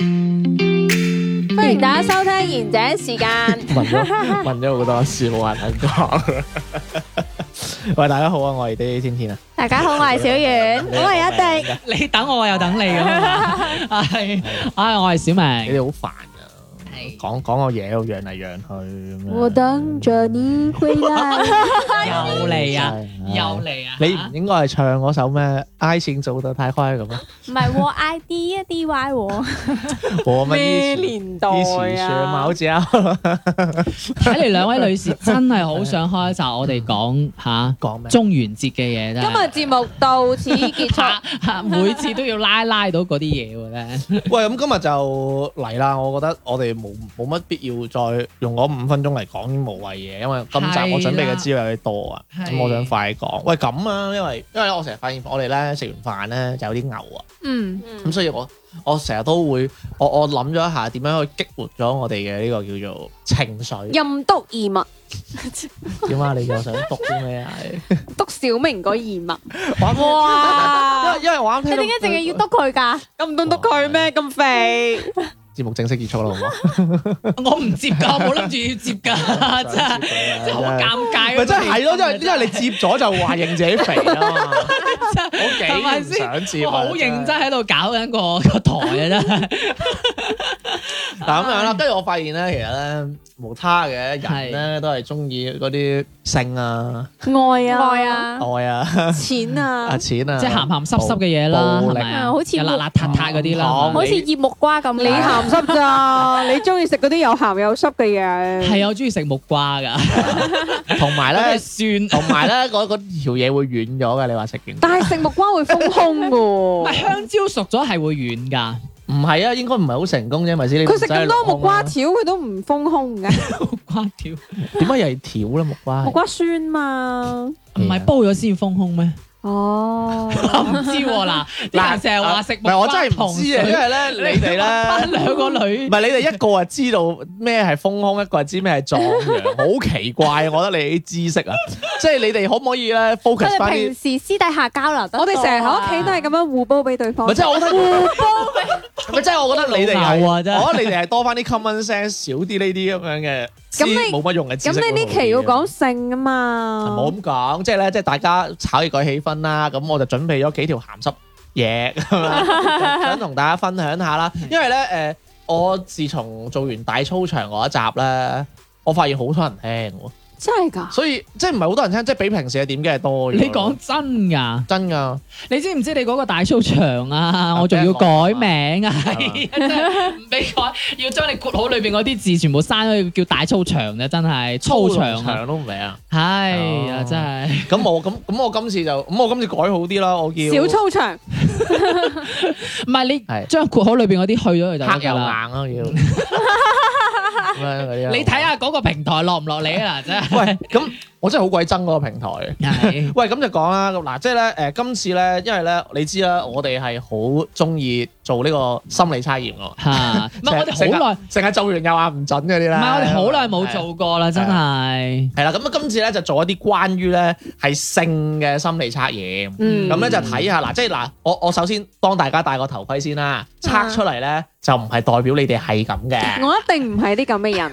歡迎大家收聽賢者時 間，問咗 問咗好多次，冇人肯講。 喂，大家好啊，我係 D 天天啊。大家好，我係小遠，我係一迪，你等我，我又等你咁 啊！係，唉，我係小你明。哋好煩噶，講講個嘢，我讓嚟讓去咁樣。等着你回來。又嚟啊！真係又嚟啊！你唔應該係唱嗰首咩？愛情做得太快咁 啊！唔係喎，I D 一 D Y 喎，我們咩一起年代一起學啊毛？椒，睇嚟兩位女士真係好想開一 集，我哋講下講咩？中元節嘅嘢真今日係。節目到此結束， 嚇每次都要拉拉到嗰啲嘢嘅咧，喂，咁今日就嚟啦！我覺得我哋冇冇乜必要再用嗰五分鐘嚟講啲無謂嘢，因為今集係啦我準備嘅資料有啲多啊，係咁我想快講。喂，咁啊，因為因為咧，我成日發現我哋咧食完飯咧就有啲牛啊，嗯，咁所以我我成日都會我我諗咗一下點樣去激活咗我哋嘅呢個叫做情 緒。任督二脈，點啊？你又想讀啲咩啊？ 督小明個二脈，我啱啊因哇！ 為因為我啱聽你到點解淨係要督佢㗎？咁唔督佢咩？咁肥，節目正式結束啦，好唔好？ 我唔接㗎，我冇諗住要接 㗎， 真係真係好尷尬。啊咪真係係咯，因為因為你接咗就話認自己肥啊嘛，係我咪幾唔先想接啊，我好認真。喺度搞緊個個台啊，真 係。嗱咁樣啦，跟住我發現咧，其實咧無他嘅人咧都係中意嗰啲性啊、愛啊愛，啊，愛啊、錢啊啊，錢啊，即係鹹鹹濕濕嘅嘢啦，暴係力咪啊啊？好似又邋邋遢遢嗰啲啦，糖好似醃木瓜咁。你鹹濕咋？你中意食嗰啲有鹹有濕嘅嘢？係啊，我中意食木瓜㗎，同埋真係咧，蒜。同埋咧嗰嗰條嘢會軟咗嘅。你話食完，但係食木瓜會豐胸噶唔 喎係。香蕉熟咗係會軟㗎，唔係啊，應該唔係好成功啫，咪先？你佢食咁多木瓜唔使條，佢都唔豐胸嘅，木瓜條落空啊點解又係條咧木瓜係？木瓜酸嘛。啊唔係煲咗先豐胸咩？哦，我唔知喎嗱，啲人成日話食木啊唔係我真瓜係唔糖知啊，因為水，咧你哋咧翻。兩個 女唔係你哋一個啊知道咩係豐胸，一個係知咩係壯陽，好奇怪啊！我覺得你啲知識啊，即係你哋可唔可以咧佢 focus 哋翻平啲？時私底下交流得多啊，我哋成日喺屋企都係咁樣互煲俾對唔方係。即係我覺得，唔係即係我覺得你哋係，老牛啊真係我覺得你哋係多翻啲 common sense，少啲呢啲咁樣嘅知咁你冇乜用嘅知咁識。你呢期要講。性啊唔嘛？好咁講，即係咧，即係大家炒熱個氣氛啦。咁我就準備咗幾條鹹濕嘢，咁 樣想同大家分享下啦。因為咧，誒、我自從做完大操場嗰一集咧，我發現好多人聽喎。真係㗎？所以即係唔係好多人聽，即係比平時嘅點擊係多咗。你講真㗎，真噶，你知唔知你嗰個大操場啊？我仲要改名啊，係啊真 係唔俾改，要將你括號裏邊嗰啲字全部刪咗，叫大操場啫，真係操場啊，長都唔係啊。係啊，哦真係。咁我咁咁我今次就咁我今次改好啲啦，我叫小操場唔係係你將括號裏邊嗰啲去咗佢就黑又得㗎硬啦。啊， 要咁樣嗰啲啊你睇。下嗰個平台落唔落嚟 啊！嗱真係。喂，咁我真係好鬼憎嗰個平台。係喂，咁就講啦，咁嗱，即係咧，誒、今次咧，因為咧，你知啦，我哋係好中意做呢個心理測驗㗎，嚇，唔係我哋好耐，成日做完又話唔準嗰啲咧。唔係我哋好耐冇係啊。做過啦，真係。係啦，咁啊，今次咧就做一啲關於咧係性嘅心理測驗。嗯咁咧就睇下嗱，即係嗱，我我首先幫大家戴個頭盔先啦，測出嚟咧就唔係代表你哋係咁嘅， 我一定唔係啲咁嘅人。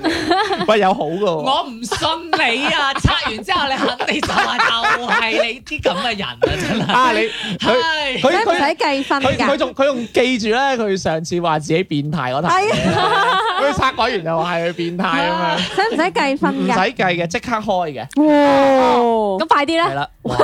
喂有好噶喎，我唔信你 啊！測完之後，你肯定就話就係你啲咁嘅人啊！真係。啊你佢 係佢使唔使佢計分佢佢㗎？仲佢仲記住咧，佢上次話自己變態嗰頭，係啊佢測改完就話係佢變態咁樣，使唔使計分唔使㗎？計嘅，即刻開嘅，哇！咁快啲係啦，啦，哇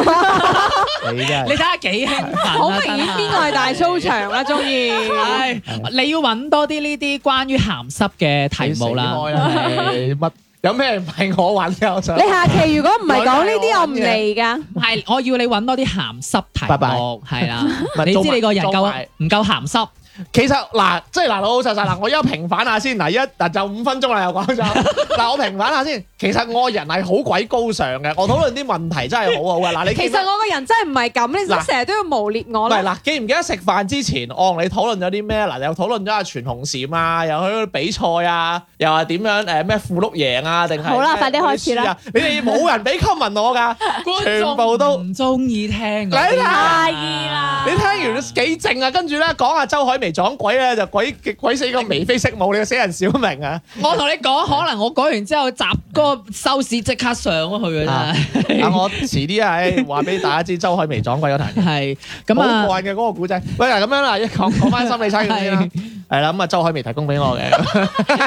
你真你係睇下幾興奮啊好明顯邊個係大操？場 啦？中意係你要揾多啲呢啲關於鹹濕嘅題目 啦你死開，啦，你乜有咩唔係我揾嘅？我想你下期如果唔係講呢啲，我唔嚟㗎。唔係，我要你揾多啲鹹濕題拜拜目，係啦。係你做知埋你個人做夠埋唔夠鹹濕？其實嗱，即係嗱，老老實實嗱，我而家平反下先嗱，一嗱就五分鐘啦，又講咗 嗱，我平反下先。其實我人係好鬼高尚嘅，我討論啲問題真係好好嘅嗱，你其實我個人真係唔係咁，你嗱成日都要誣蔑唔我係啦。嗱，記唔記得食飯之前我同你討論咗啲咩？嗱，又討論咗阿全紅嬋啊，又去比賽啊，又話點樣誒咩富碌贏啊，定係好啦咩快啲開始啦嗰啲書啊！你哋冇人俾 comment 我 㗎，全部都唔中意聽嗰啲啊。你太易啦你聽完幾正啊！跟住咧講下周海媚撞鬼咧，就鬼鬼死個眉飛色舞，你個死人小 明啊！我同你講，可能我講完之後，集嗰個收視即刻上咗去啊嘅真啊！係。我遲啲啊，誒話俾大家知周海媚撞 鬼嗰題。係咁好啊，怪嘅嗰個古仔。喂，嗱咁樣啦，一講講翻心理 測驗先啦係。係啦，咁啊，周海媚提供俾我嘅。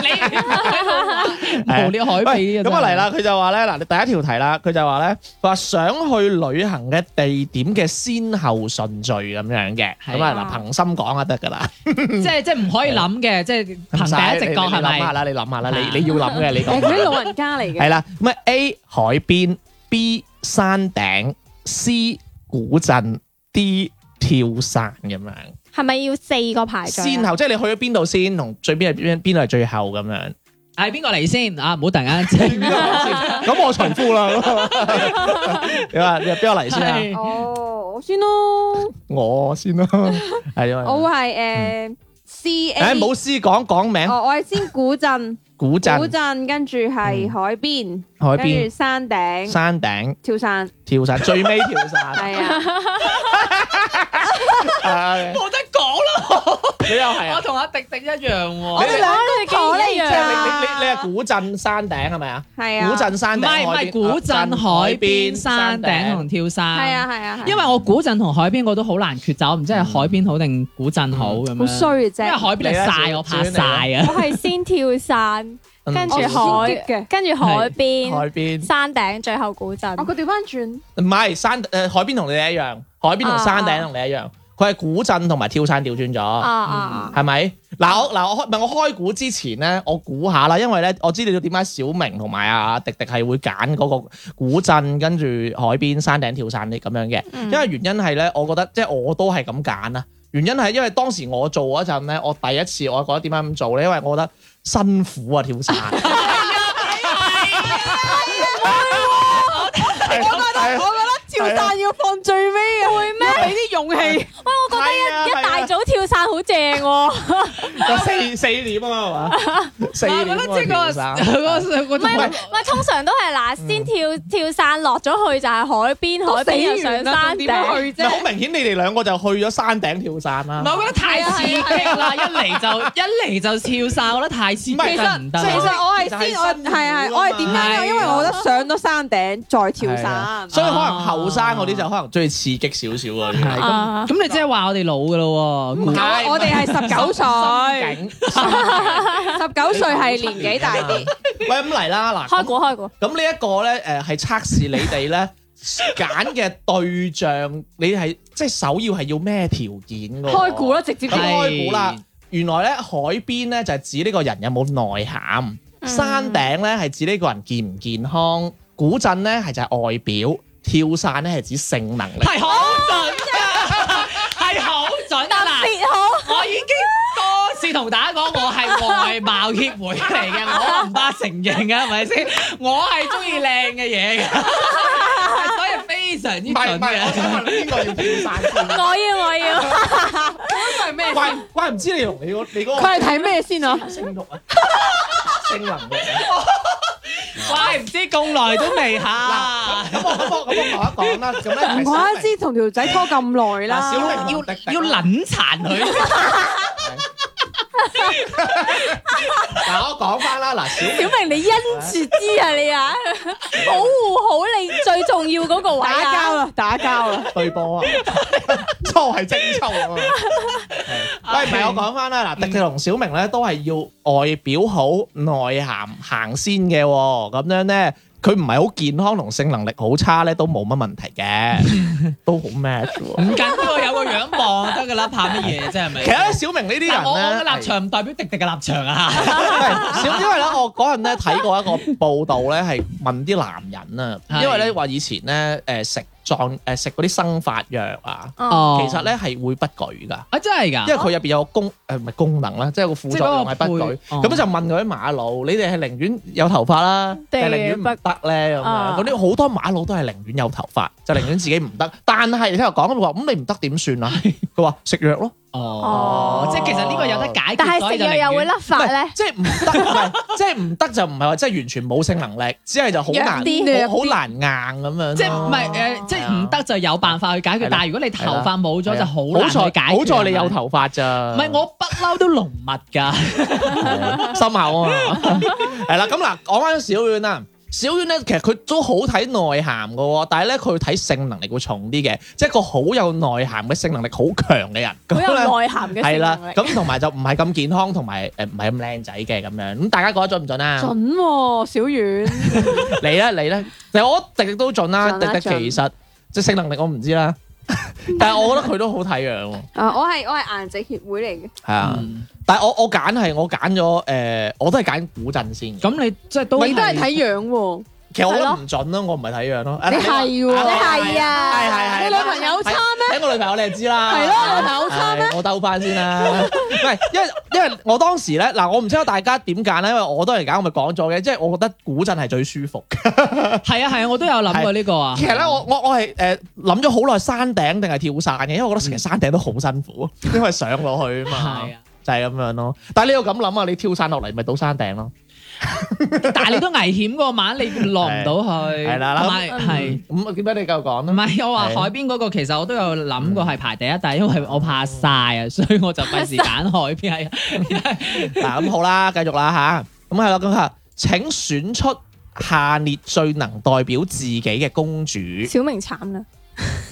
你 無聊海味喂啊咁啊嚟。真係啦，佢就話咧，嗱，你第一條題啦，佢就話咧，佢話想去旅行嘅地點嘅先後順序咁樣嘅。係咁啊，嗱，憑心講就得㗎啦。即係即係唔可以諗嘅，即係唔使憑第一直你覺你係諗下咪？啦，你諗下啦，你你要諗嘅，你誒講佢。啲老人家嚟 嘅係。啦，咁啊 A 海邊，B 山頂，C 古鎮，D 跳傘咁樣，係咪要四個排序啊？先後即係你去咗邊度先，同最邊係邊邊度係最後咁樣。 係邊個嚟先啊？唔好突然間整。咁我除夫啦，你話你邊個嚟先啊？係哦，我先咯，我先啦， 係因為我係誒 C 誒 A，冇私講講名，哦，我係先古鎮，古古鎮、鎮跟住係海邊，海跟住邊、山頂，山 頂、跳傘，跳傘，最尾跳傘。係啊，啊 冇得講啦！你又係我啊？同阿迪迪一樣我喎。哋兩公婆嚟即係你你咋，你你係古鎮山頂係咪啊？係啊，古鎮山唔頂，係唔海係邊古鎮、海邊、山頂同跳傘。係啊，係啊，係啊因為我古鎮同海邊我都好難抉擇，我唔知係海邊好定古鎮好咁樣。嗯好衰嘅因為啫，海邊係曬，我怕曬啊。我係先跳傘，跟住我海先激嘅，跟住海邊、海邊，山頂，最後古鎮。我個調翻轉，唔係山誒海邊同你哋一樣，海邊同山頂同你一樣，佢係古鎮同埋跳傘調啊轉咗，啊！係咪？嗱我嗱我開唔係我開估之前咧，我估下啦，因為咧我知道點解小明同埋阿迪迪係會揀嗰個古鎮跟住海邊山頂跳傘啲咁樣嘅，嗯因為原因係咧，我覺得即係我都係咁揀啦。原因係因為當時我做嗰陣咧，我第一次我覺得點解咁做咧，因為我覺得辛苦啊跳 傘。係啊跳傘要放最尾啊，會咩？俾啲勇氣，喂，我覺得一係啊一大早跳傘好正 喎。有四四點啊嘛，係嘛？四我點覺得即係啊嘛，嗰個嗰 個唔係嗰唔係，通常都係嗱，先跳跳傘落咗去就係海邊，海邊又上山點頂。樣去唔係啫？好明顯，你哋兩個就去咗山頂跳傘個唔啦。係，我覺得太刺激啦！一嚟就一嚟就跳傘，我覺得太刺激唔係真係唔得啊其即係啦。實我係先，我係係我係點樣咧？因為我覺得上咗山頂再跳係啊傘，所以可能後生嗰啲就可能中意刺激少少嗰啲。啊咁你即係話我哋老噶咯唔喎？啊係我我哋係十九歲，景十九歲係年紀大啲。喂咁嚟啦，嗱開，估開估，咁呢一個咧誒係測試你哋咧揀嘅對象，你係即係首要係要咩條件㗎？開估啦，。直接咁係開估啦。原來咧海邊咧就係指呢個人有冇內涵，嗯山頂咧係指呢個人健唔健康，古鎮咧係就係外表，跳傘咧係指性能力。係好準啊！係好準啊！嗱別好我已經多次同大家講，我係外貌協會嚟嘅，我唔怕承認嘅，係咪先？我係中意靚嘅嘢嘅，所以非常之唔係準唔係，我嘅。想問邊個要跳 傘先？我要 我要，係咩？怪怪唔知你同你嗰你嗰佢係睇咩先啊？個性慾啊，性能力啊。怪唔知咁耐都未嚇。咁我咁我咁我講一講啦，咁咧係唔怪得知同條仔拖咁耐嗱小啦。明同要迪迪要撚殘佢，嗱，我講翻啦，嗱小明小明你因住之啊你啊，保護好你最重要嗰個位打啊交！啦，打交啦！對波啊，抽係精抽啊。喂，唔係我講翻啦，嗱，迪迪同小明咧都係要外表好、內涵行先嘅喎，咁樣咧。佢唔係好健康同性能力好差咧，都冇乜問題嘅，都好 match 唔喎。緊要，有個樣望就得㗎啦，怕乜嘢啫？係咪？其實咧，小明呢啲人但我我咧，嘅立場唔代表迪迪嘅立場啊。係少，因為咧，我嗰陣咧睇過一個報道咧，係問啲男人啊，係因為咧話以前咧誒食壯誒食嗰啲生發藥啊，哦，其實咧係會不舉哦㗎。啊，真係㗎因。為佢入邊有個功誒唔係功能啦，即係個副作用係不舉。即係嗰個咁配就問嗰啲馬路，你哋係寧願有頭髮啦，定定係寧願唔得咧咁樣？啊嗰啲好多馬路都係寧願有頭髮，就寧願自己唔得。但係你聽我講，佢話咁你唔得點算啊？佢話食藥咯，哦，即係其實呢個有得解決，但係所食以就寧願藥又會甩唔髮係咧，即係唔得，唔 係即係唔得就唔係話即係完全冇性能力，只係就好難弱啲啊好好難硬咁樣。即係唔係誒？即係唔得就有辦法去係啦解啊決，但係如果你頭髮冇咗係就啊好難去解決。好在好在你有係咪頭髮咋，唔係我不嬲都濃密㗎。深厚啊 嘛，係啦。咁嗱，講翻小丸啦，小丸咧其實佢都好睇內涵嘅喎，但係咧佢睇性能力會重啲嘅，即係一個好有內涵嘅性能力好強嘅人。好咁呢有內涵嘅係性啦能，力。咁同埋就唔係咁健康，同埋誒唔係咁靚仔嘅咁樣。咁大家覺得準唔準啊？準喎，小丸，你 咧，你咧，其實我覺得迪迪都準啦。準迪啦迪其實即係性能力我唔知啦， 但係我覺得佢都好睇樣喎。啊，我係我係顏值協會嚟嘅，係啊，但係我我揀係我揀咗誒，我都係揀古鎮先嘅。咁你即係都你都係睇樣喎，其實我覺得唔準咯，我唔係睇樣咯。你係喎，係係啊，係係，你女朋友差咩？睇我女朋友你就知啦。係咯，女朋友差咩？係我兜翻先啦， 唔係，因為因為我當時咧，嗱，我唔知道大家點揀咧，因為我當時揀我咪講咗嘅，即係我覺得古鎮係最舒服嘅。係啊係啊，我都有諗過呢個啊。其實咧，我我我係誒諗咗好耐山頂定係跳傘嘅，因為我覺得成日山頂都好辛 苦，因為上落去啊嘛嗯係，啊，就係咁樣咯。但係你要咁諗啊，你跳傘落嚟咪到山頂咯，但係你都危險嗰晚，你落唔到去。係啦同埋係。嗯咁點解你繼續講唔咧？係，我係話啊嗯海邊嗰個其實我都有諗過係排第一，但係因為我怕晒啊， 所以我就費事揀海邊。係 啊嗱，咁好啦，繼續啦吓，咁係啦，咁啊，請選出下列最能代表自己嘅公 主。小明慘啦，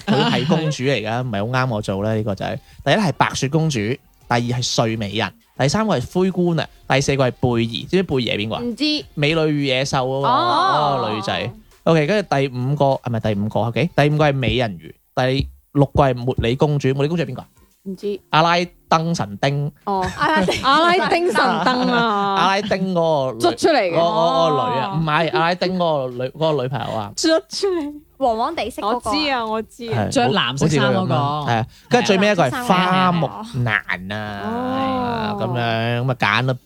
佢係公主嚟噶，唔係好啱我做咧呢個就係。第一係白雪公主，第二係睡美人，第三個係灰姑娘，第四個係貝兒。知唔知貝兒係邊個啊？唔知美女與野獸嗰個嗰個女仔。OK，跟住第五個係咪第五個？OK，第五個係美人魚，第六個係茉莉公主。茉莉公主係邊個啊？唔知阿拉丁神丁，哦，阿拉丁阿拉丁神燈 阿啊，拉丁嗰 個捽女，出嚟嗰嗰嘅，嗰個女啊，唔係阿拉丁嗰個女嗰個女朋友啊。捽出嚟， 黃黃地色嗰我個知啊，我知啊，係着好藍色好似衫佢嗰咁個啦係啊，跟住最尾一個係花木蘭啊，哦咁樣咁啊揀啦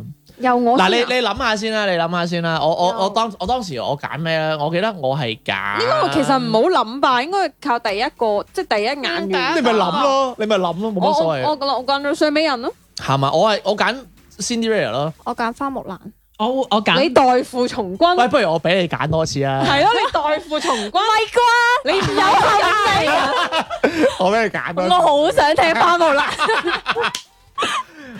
噃。由我嗱，你先啊你諗下先啦，你諗下先啦。我我我當我當時我揀咩咧？我記得我係揀應該我其實唔好諗吧，應該靠第一個，即係第一眼緣。你咪諗咯，你咪諗咯，冇我乜我所我謂。我揀咗睡美人咯，係嘛？我係我揀 Cinderella 咯。我揀花木蘭，我我你揀代父從軍喂，不如我俾你揀多次啊！係咯，你代父從 軍，你唔有後繼我俾你揀多次。好想聽花木蘭。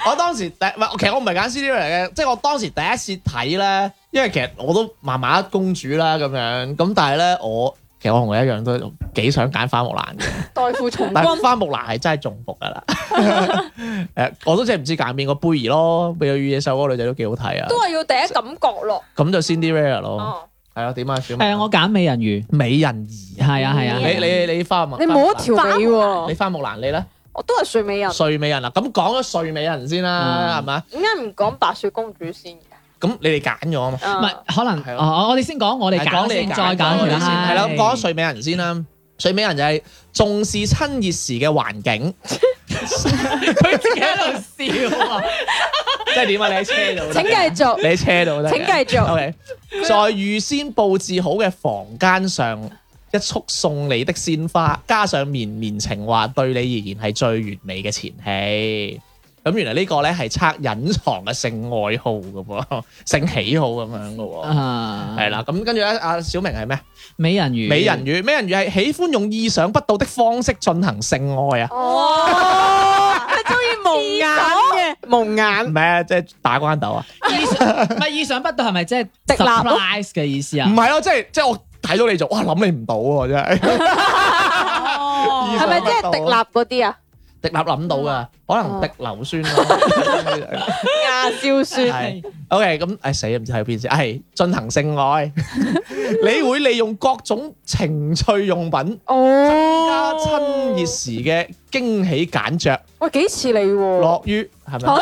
我當時第唔係，其實我唔係揀 C D 嚟嘅，即係我當時第一次睇咧，因為其實我都麻麻公主啦咁樣，咁但係咧我其實我同佢一樣都幾想揀花木蘭嘅， 代父從但係軍，花木蘭係真係中伏噶啦。 誒，我都真係唔知揀邊個貝兒咯，貝兒與野獸嗰個女仔都幾好睇啊， 都係要第一感覺咯。咁就 Cinderella 咯，哦，係啊，點啊，小明誒，我揀美人魚。美人兒，係嗯啊係啊，你你你花木，你冇一條尾花木蘭喎你，花木蘭你咧，我都係睡美人，睡美人啦，咁講咗睡美人先啦，係嘛？點解唔講白雪公主先？咁你哋揀咗啊嘛。唔係唔可能係咯哦，我哋先講我哋係揀你先，再講揀你其先他。係啦，咁講睡美人先啦。睡美人就係重視親熱時嘅環 境， 佢自己 喺 度笑啊！即係點啊？你喺車度，請繼續，你喺車度得嘅，請繼續 O K，在預先佈置好嘅房間上，一束送你的鮮花，加上綿綿情話，對你而言係最完美嘅前戲。咁原來呢個咧係測隱藏嘅性愛好嘅喎， 性喜好咁樣嘅喎，啊係啦。咁跟住咧，阿小明係咩？美人嗯魚，美人魚，美人魚係喜歡用意想不到的方式進行性愛啊！哇，你中意蒙眼嘅蒙眼唔係啊，即係打關鬥啊！意想唔係意想不到，係咪 即係迪立咯 surprise 嘅意思唔啊？係咯，即係即係我睇到你做，哇諗你唔到喎，真係。哦係咪即係迪立嗰啲啊？迪立諗到噶，嗯可能滴硫酸咯。哦亞硝酸， 係 OK，咁誒死唔知喺邊先，係進行性 愛，你會利用各種情趣用品加哦，親熱時嘅驚喜揀着，喂，幾似你喎，樂於係咪好？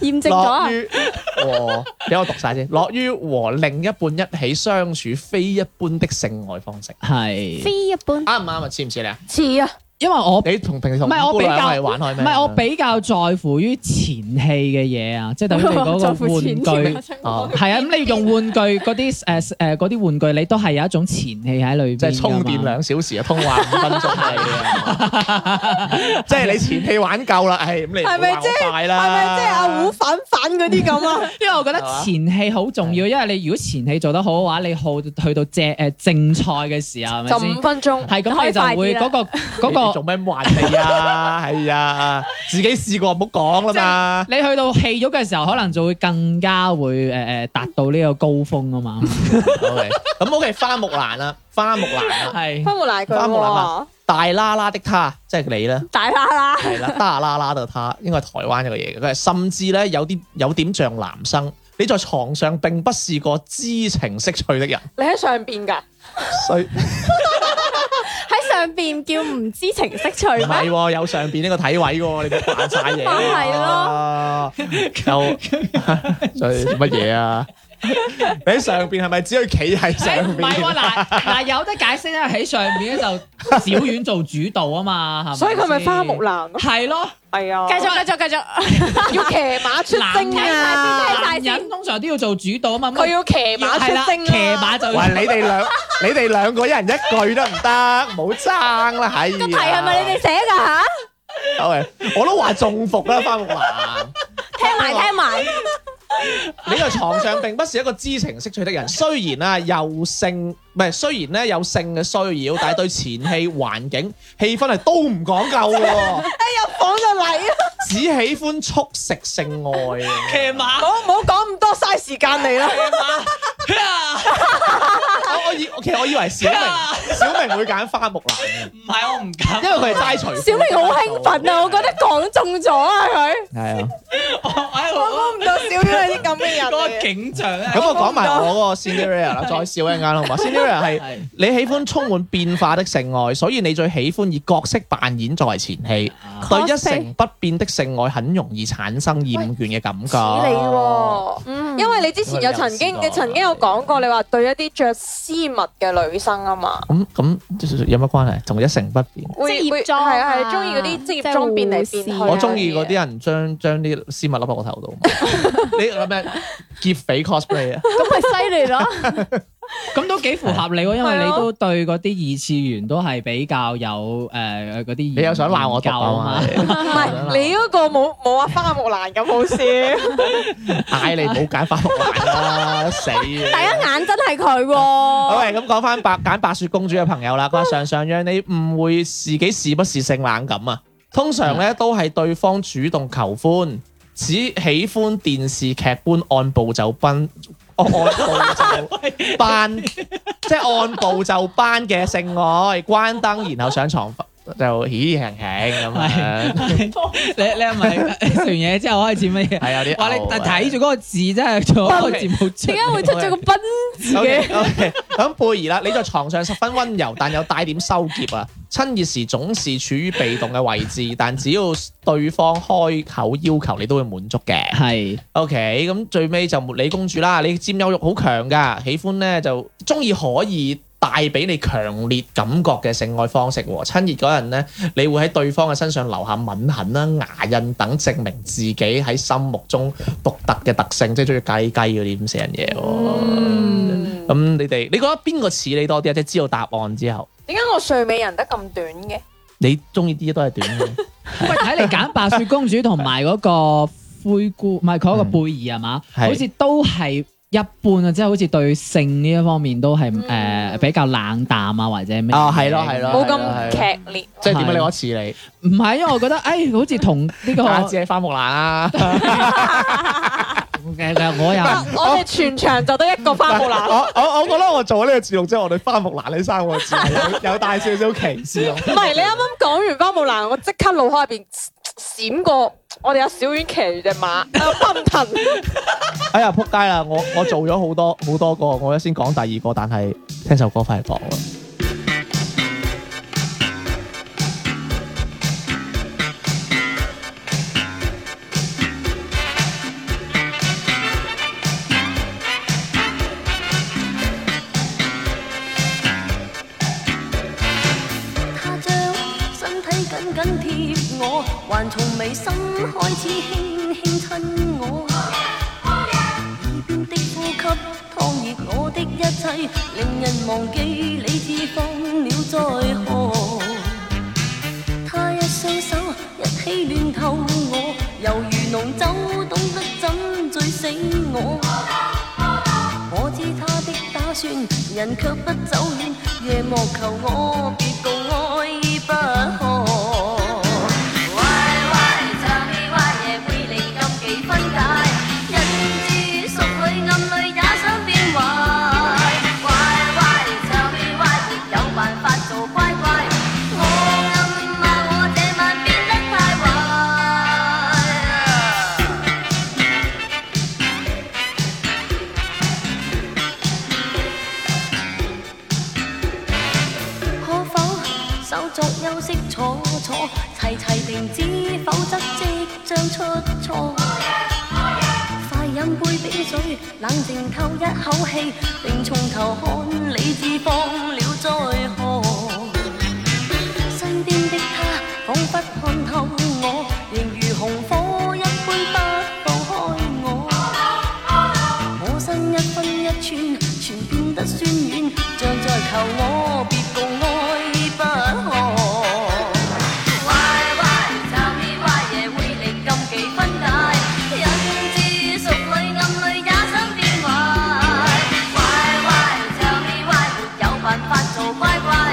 驗證咗樂啊！於和，俾我讀 晒先，樂於和另一半一起相處非一般的性愛方式，係，非一般，啱唔啱啊？似唔似你啊？似啊，因為我你同平時同唔係我姑比較娘係玩開唔咩？係我比較在乎於前戲嘅嘢啊，即係等於你 嗰在乎錢個玩具。哦係啊，咁你用玩具嗰啲 誒誒嗰啲玩具，你都係有一種前戲喺裏邊㗎即係嘛，充電兩小時啊，通話五分鐘係啊，即係你前戲玩夠啦，係咁你唔好係咪話即係我快係啦，咪即係阿胡反反嗰啲咁啊？因為我覺得前戲好重要，因為你如果前戲做得好嘅話，你好去到正誒正賽嘅時 候，係咪就先五？分鐘，係咁，你就會嗰個 你哋做嗰咩咁玩你啊？係啊，自己試過唔好講啦嘛。個，你去到戲肉嘅時候，可能就會更加會誒誒達到呢個高峰啊嘛。 OK，咁 OK，花木蘭啦，花木蘭啦， 係花木蘭佢花木蘭喎啊，大啦啦的他，即係你啦，大啦啦，係啦，大啦啦的他，應該係台灣一個嘢嘅，佢係甚至咧有啲有點像男生，你在床上並不是個知情識趣的人，你喺上邊㗎，所以。喺上邊叫唔知情識趣唔係咩？喎，有上邊呢個體位喎，你咪扮晒嘢咯。係咯，又 所以乜嘢啊？你喺上邊係咪只可以企喺上誒唔係喎，邊？ 嗱嗱有得解釋咧，喺上面咧就小丸做主導啊嘛，係咪？所以佢咪花木。蘭咯，係咯，係啊，繼續繼續繼續， 要騎馬出征啊！男人通常都要做主導啊嘛。佢要騎馬出征騎馬就喂，你哋兩你哋兩個一人一句得唔得？唔好爭啦，係。個題係咪你哋寫㗎吓？哋？喂，我都話中伏啦，花木蘭。聽埋聽埋，你在床上並不是一個知情識趣的人，雖然啊有性唔係，雖然咧有性嘅需要，但係對前戲、環境、氣氛係都唔講究喎。講就嚟啊！只喜歡速食性愛 啊騎嘅。 馬唔。好唔好講咁多，嘥時間嚟啦。我我以其實我以為 小明小明會揀花木蘭嘅，唔係我唔敢，因為佢 係齋除。小明好興奮啊！我覺得講中咗啊佢。係啊，我喺我我估唔到小娟係啲咁嘅人嗰個嚟嘅。景象咧。咁我 講埋我嗰個 Cinderella 啦，再笑一間好嘛？Cinderella 係係你喜歡充滿變化的性愛，所以你最喜歡以角色扮演作為前戲，啊對一 Cosplay 成不變的性愛很容易產生厭倦嘅感覺。似你喎，嗯因為你之前有曾經，哦我有試過你曾經有講過，你話對一啲着絲襪嘅女生啊嘛，咁咁有乜關係？同一成不變。職業會裝啊係啊係中意嗰啲職業裝變嚟變去即係啊。護士我中意嗰啲人將將啲絲襪笠喺我頭 度。你諗咩？劫匪 cosplay 啊！咁咪犀利 咯！咁都幾符合你喎，因為你都對嗰啲二次元都係比較有誒嗰啲。你又想鬧我毒夠啊嘛嘛？？唔係你嗰個冇冇阿花木蘭咁好笑，嗌你唔好揀花木蘭啦，死第啊！一眼真係佢好喎，喂，咁講翻白揀白雪公主嘅朋友啦，佢話常常讓你誤會自己是不是性冷感啊。通常咧都係對方主動求歡，只喜歡電視劇般按部就班，按部 就班，即係按部就班嘅性愛，關燈然後上床就喜慶慶咁樣， 你你係咪食完嘢之後開始乜嘢？係有啲 哇！你嘔啊睇住嗰個字真係做一個節目出點解會出咗個賓字 O 嘅？ K O K，咁貝兒啦，你在床上十分温柔，但有帶點羞澀啊。 親熱時總是處於被動嘅位置，但只要對方開口要求，你都會滿足嘅。係 O K，咁最尾就茉莉公主啦，你佔有欲好強㗎，喜歡咧就中意可以。帶俾你強烈感覺嘅性愛方式喎，親熱嗰陣咧，你會喺對方嘅身上留下吻痕啦、牙印等，證明自己喺心目中獨特嘅特性，即係中意雞雞嗰啲咁死人嘢喎。嗯咁你哋，你覺得邊個似你多啲啊？即係知道答案之後，點解我睡美人得咁短嘅？你中意啲都係短 嘅。喂，睇你揀白雪公主同埋嗰個灰姑，唔係佢嗰個貝兒係嘛？嗯係好似都係一般啊，即係好似對性呢一方面都係嗯誒比較冷淡啊，或者咩？啊係咯係咯係冇啊咁係劇烈。即係點啊解你覺得似你？唔 哎係，因為我覺得，誒、好似同呢個假借花木蘭啊！誒嘅，嘅 我又我哋全場就得一個花木 蘭。我我我覺得我做呢個節目之後，我哋花木蘭呢三個字有 有帶少少歧視咯。唔係你啱啱講完花木蘭，我即刻腦海入邊閃過我哋有小丸騎住 只馬喺度奔騰。 哎呀，撲街啦！我我做咗好多好多個，我先講第二個，但係聽首歌快講啦。他將身體緊緊貼我，還從眉心開始輕輕親我。耳邊的呼吸燙熱我的一切，令人忘記理智放了在何。他一雙手一起亂透我，猶如濃酒，懂得怎醉醒我。我知他的打算，人卻不走遠，夜幕求我，別共愛已不可。喂喂，茶未壞，夜會離禁忌分解，人至熟女暗裏也想變壞。喂喂，茶未壞，亦有辦法做乖乖。我暗罵我這晚變得太壞。可否稍作休息坐坐，齊齊停止，否則即將出錯。快飲杯冰水，冷靜透一口氣，並從頭看理智放了再何。身邊的他仿佛看透我，仍如紅火一般不放開我。我身一分一寸，全變得酸軟，像在求我別共愛不可。壞壞，就呢壞嘢會令禁忌分解，引致熟女暗裏也想變壞。壞壞，就呢壞，沒有辦法做乖乖。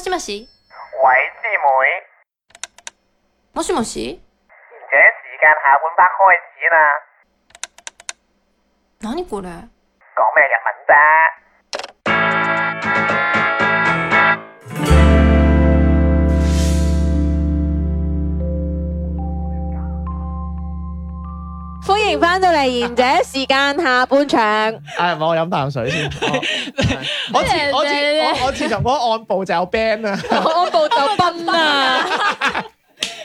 しもし喂，師妹，もしもし而且時間下半 part 開始啦，何これ講咩日文啫？歡迎翻到嚟賢者時間下半場。唉，唔係我飲啖水 先。哦我自我自我我自從嗰個按部就有 band 啊。我步就崩啊！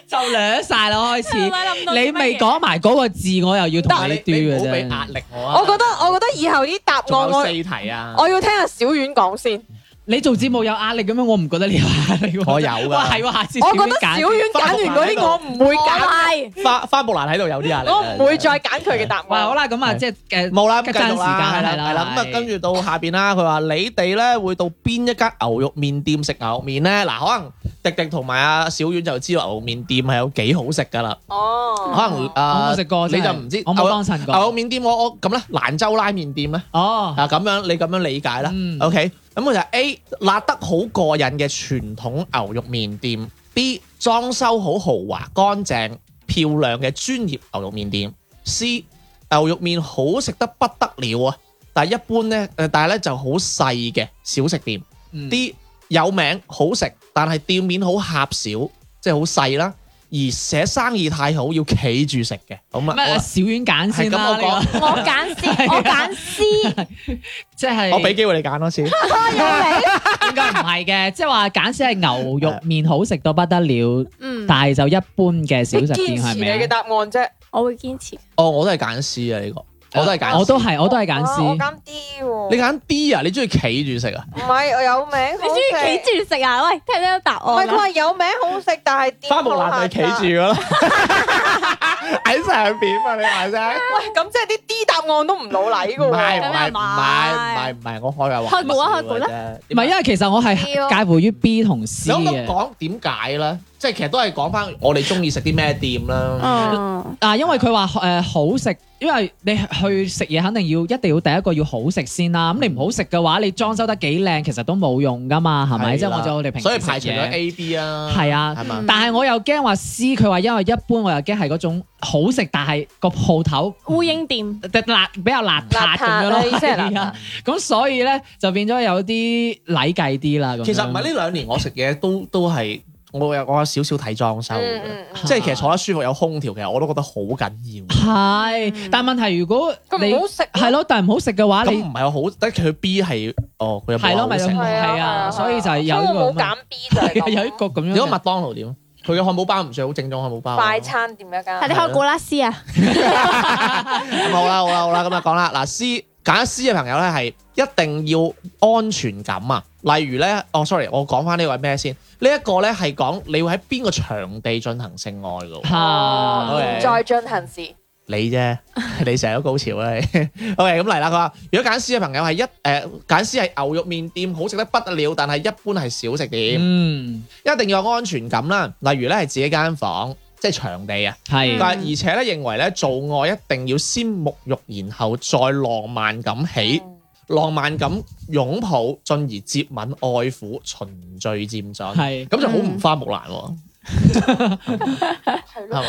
就掠晒啦， 開真係咪諗到始啲你未講埋嗰個字，我又要同啊但你係 do 你你唔嘅好俾啫壓。力我啊。我覺得我覺得以後啲答案仲有我四題啊。我要聽下小婉講先。你做節目有壓力咁樣，我唔覺得你有壓力喎。我有㗎 哇，係喎，下次我小覺娟得小揀。婉揀完嗰啲我唔會揀，花花木蘭喺度有啲壓力啊。我唔會再揀佢嘅答哇，好案。啦，咁啊，係即係誒，冇啦，咁爭繼續啦，時係間啦，係啦係啦。咁啊係，跟住到下邊啦，佢話你哋咧會到邊一間牛肉麵店食牛肉麵咧？嗱，可能迪迪同埋阿小婉就知道牛肉麵店係有幾好食噶啦。可哦，能我啊冇，食啊過，你真係就唔知我冇幫襯過。牛肉麵店我我咁啦，蘭州拉麵店咧哦，啊咁樣，你咁樣理解啦。嗯 OK，咁佢就係 A 辣得好過癮嘅傳統牛肉麵店，B 裝修好豪華、乾淨、漂亮嘅專業牛肉麵店，C 牛肉麵好食得不得了啊！但係一般咧，誒但係咧就好細嘅小食店。嗯 D 有名好食，但係店面好狹小，即係好細啦。而且生意太好，要企住食嘅。咁咩？啊，小丸揀係先咁啦，我呢個講，我揀 C，我揀 C， 即係我俾機會你揀多 次。應該唔係嘅， 即係話揀先係牛肉麵好食到不得了，嗯，但係就一般嘅小你食堅店持係你咪嘅啊？答案啫。我會堅持。哦，我都係揀 C 啊，呢個我都係揀。我都係，我都係揀啊我 C。揀 D 喎。你揀 D 啊？你中意企住食啊？唔係我有名你中意好食。企住食啊？喂，聽唔聽到答唔係案佢啊？話有名好食，但係店花木蘭咪係企住噶啦，喺上邊啊嘛，你話啫？喂，咁即係啲 D 答案都唔老禮唔㗎係嗯喎。唔係唔係唔係唔係，我開下開估啊開估啦啦，唔係，因為其實我係 C 咯介乎於 B 同 C 你咁嘅，講點解咧？即係其實都係講翻我哋中意食啲咩店啦。嗯，啊，因為佢話誒好食，因為你去食嘢肯定要一定要第一個要好食先啦。咁你唔好食嘅話，你裝修得幾靚，其實都冇用噶嘛，係啊咪？即係啦我就我哋平時啊所以食排除咗嘢 A、B 啊，係啊係嘛？但係我又驚話 C，佢話因為一般，我又驚係嗰種好食，但係個鋪頭烏蠅店，辣比較邋遢邋咁遢樣啦咯，意 思係邋遢係啊咁所以咧就變咗有啲禮計啲啦。咁樣其實唔係呢兩年我食嘢都都係我有我有少少睇裝修嘅嗯嗯嗯即係其實坐得舒服有空調，其實我都覺得好緊要。係，但問題如果佢你唔好食係咯，但係唔好食嘅話，咁你唔係好，得佢 B 啊係哦，佢又係冇咯，好咪就食。係啊，所以就係有哦所以呢我冇個咁樣揀 B 就係咁 有一個咁啊樣嘅。如果麥當勞點？佢嘅漢堡包唔算好正宗漢堡包啊。快餐店一間係。你開古拉斯啊？咁好啦，好啦，好啦，咁啊講啦。嗱，C 揀 C 嘅朋友咧係一定要安全感啊。例如咧，哦，sorry，我講翻呢個係咩先？呢一個咧係講你會喺邊個場地進行性愛噶喎。 嚇哦現在進行時。你啫，你成日都高潮啦。你 OK，咁嚟啦。佢話：如果揀 C 嘅朋友係一誒呃揀、C 係牛肉麵店，好食得不得了，但係一般係小食店，嗯，一定要有安全感啦。例如咧係自己間房，即係場地啊。係但係而且咧認為咧做愛一定要先沐浴，然後再浪漫咁起，嗯浪漫咁擁抱，進而接吻愛撫，循序漸進。咁係嗯就好唔花木蘭喎，係係咯。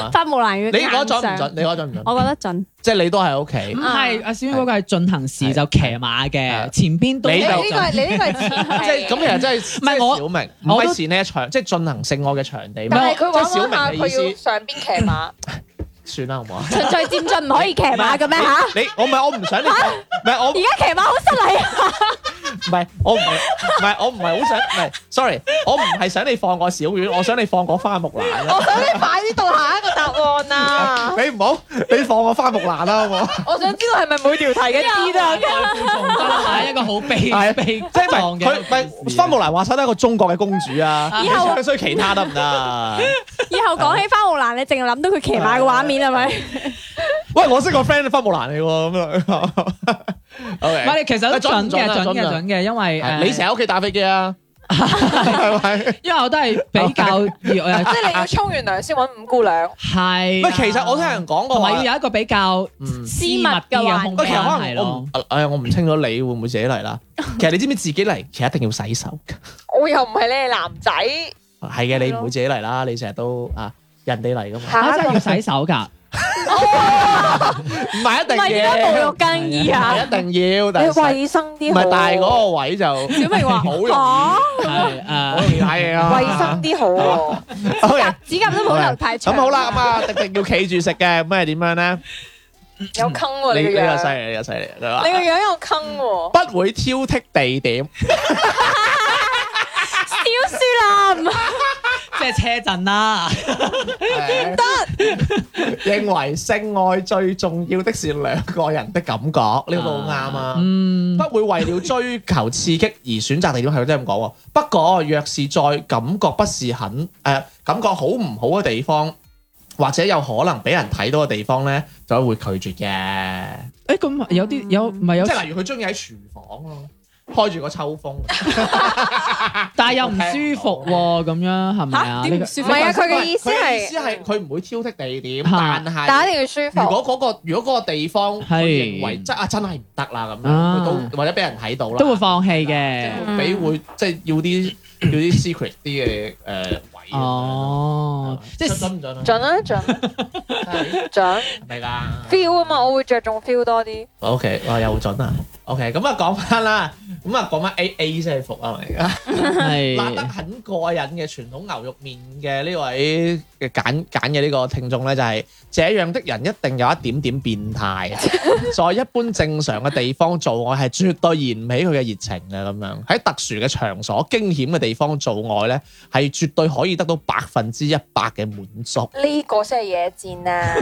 嘛？花木蘭嘅你嗰硬準唔準？上你嗰準唔準？我覺得準。即係你都喺屋企唔。係阿小娟嗰個係進行時就騎馬係嘅，前邊都你你就呢個係你呢個係前即 提係咁，其實真係唔係我小明，唔我都係是呢一場，即係進行性愛嘅場地。但係佢即玩係小玩下，明嘅佢意要思，上邊騎 馬，算啦，好唔好啊？循序漸進唔可以騎馬嘅咩吓？ 你我唔係我唔想你講，唔係我而家騎馬好失禮啊！唔係我唔係唔係我唔係好想，唔係 sorry，我唔係想你放過小丸，我想你放過花木蘭啦。我想你快啲到下一個答案 啊！你唔好，你放過花木蘭啦，好唔好？我想知道係咪每條題嘅 D 都有代父從得啦，係一個好悲係啊悲即係唔壯係佢唔嘅一件係事。花木蘭話晒都係一個中國嘅公主啊，以你後唱衰其他得唔 得？以後講起花木蘭，你淨係諗到佢騎馬嘅畫 面係咪？喂，我識個 friend 花木蘭嚟喎，咁 樣。唔係， OK，其實都準準嘅，唔準啊準嘅，準啊準嘅，因為誒你成日喺屋企打飛機啊？ 係咪？因為我都係比 較熱 即係你要沖完涼先揾五姑娘，係喂，啊。其實我聽人講過同話埋，要有一個比較嗯私密啲嘅空喂，其間實可係能我唔咯。，誒我唔清楚你會唔會自己嚟啦。其實你知唔知自己嚟，其實一定要洗手。我又唔係你哋男仔，係嘅，你唔會自己嚟啦，你成日都啊人哋嚟噶嘛，啊，下一真係個要洗手㗎，唔係一定唔係而家嘅，侮辱更衣啊！ 一定要，但你係衞生唔啲好，係但係嗰個位就小明話 好容易，好係啊 容易睇嘢啊，衞生啲好 喎。 OK，指甲都冇留太長。咁好啦，咁啊，迪迪要企住食嘅，咁係點樣咧？有坑喎、你你呢個個犀樣，利，呢個犀利，你個佢樣有坑喎、話不會挑剔地點，小 樹林，即係車震啦。啊認為性愛最重要的是兩個人的感覺，呢個都好啱啊。嗯，不會為了追求刺激而選擇地點，係佢真係咁講喎。不過若是在感覺不是很誒、呃感覺好唔好嘅地方，或者有可能俾人睇到嘅地方咧，就會拒絕嘅。誒咁有啲有唔係有即，係例如佢中意喺廚房咯，開住個秋風，但係又唔舒服喎，咁樣係咪啊？呢個唔係啊，佢嘅意思佢嘅意思係，係佢唔會挑剔地點，嚇但但一係。定要舒如服。果嗰、個如果嗰個地方佢係認為即係啊真係唔得啦咁樣，啊佢都或者俾人睇到啦，啊都會放棄嘅。俾會即係要啲要啲 secret 啲嘅誒啊位。哦，即係準唔準啊？準 啊準係準咪㗎 feel 啊嘛，我會着重 feel 多啲。 ？O K，哇又準啊！O K，咁啊講翻啦，咁啊講翻 A A 先係服啊，係咪？辣得係很過癮嘅傳統牛肉面嘅呢位嘅揀 揀嘅呢個聽眾咧，就係這樣的人一定有一點點變態，在一般正常嘅地方做愛係絕對燃唔起佢嘅熱情嘅咁樣，喺特殊嘅場所、驚險嘅地方做愛咧，係絕對可以得到百分之一百嘅滿足。呢個先係野戰啊！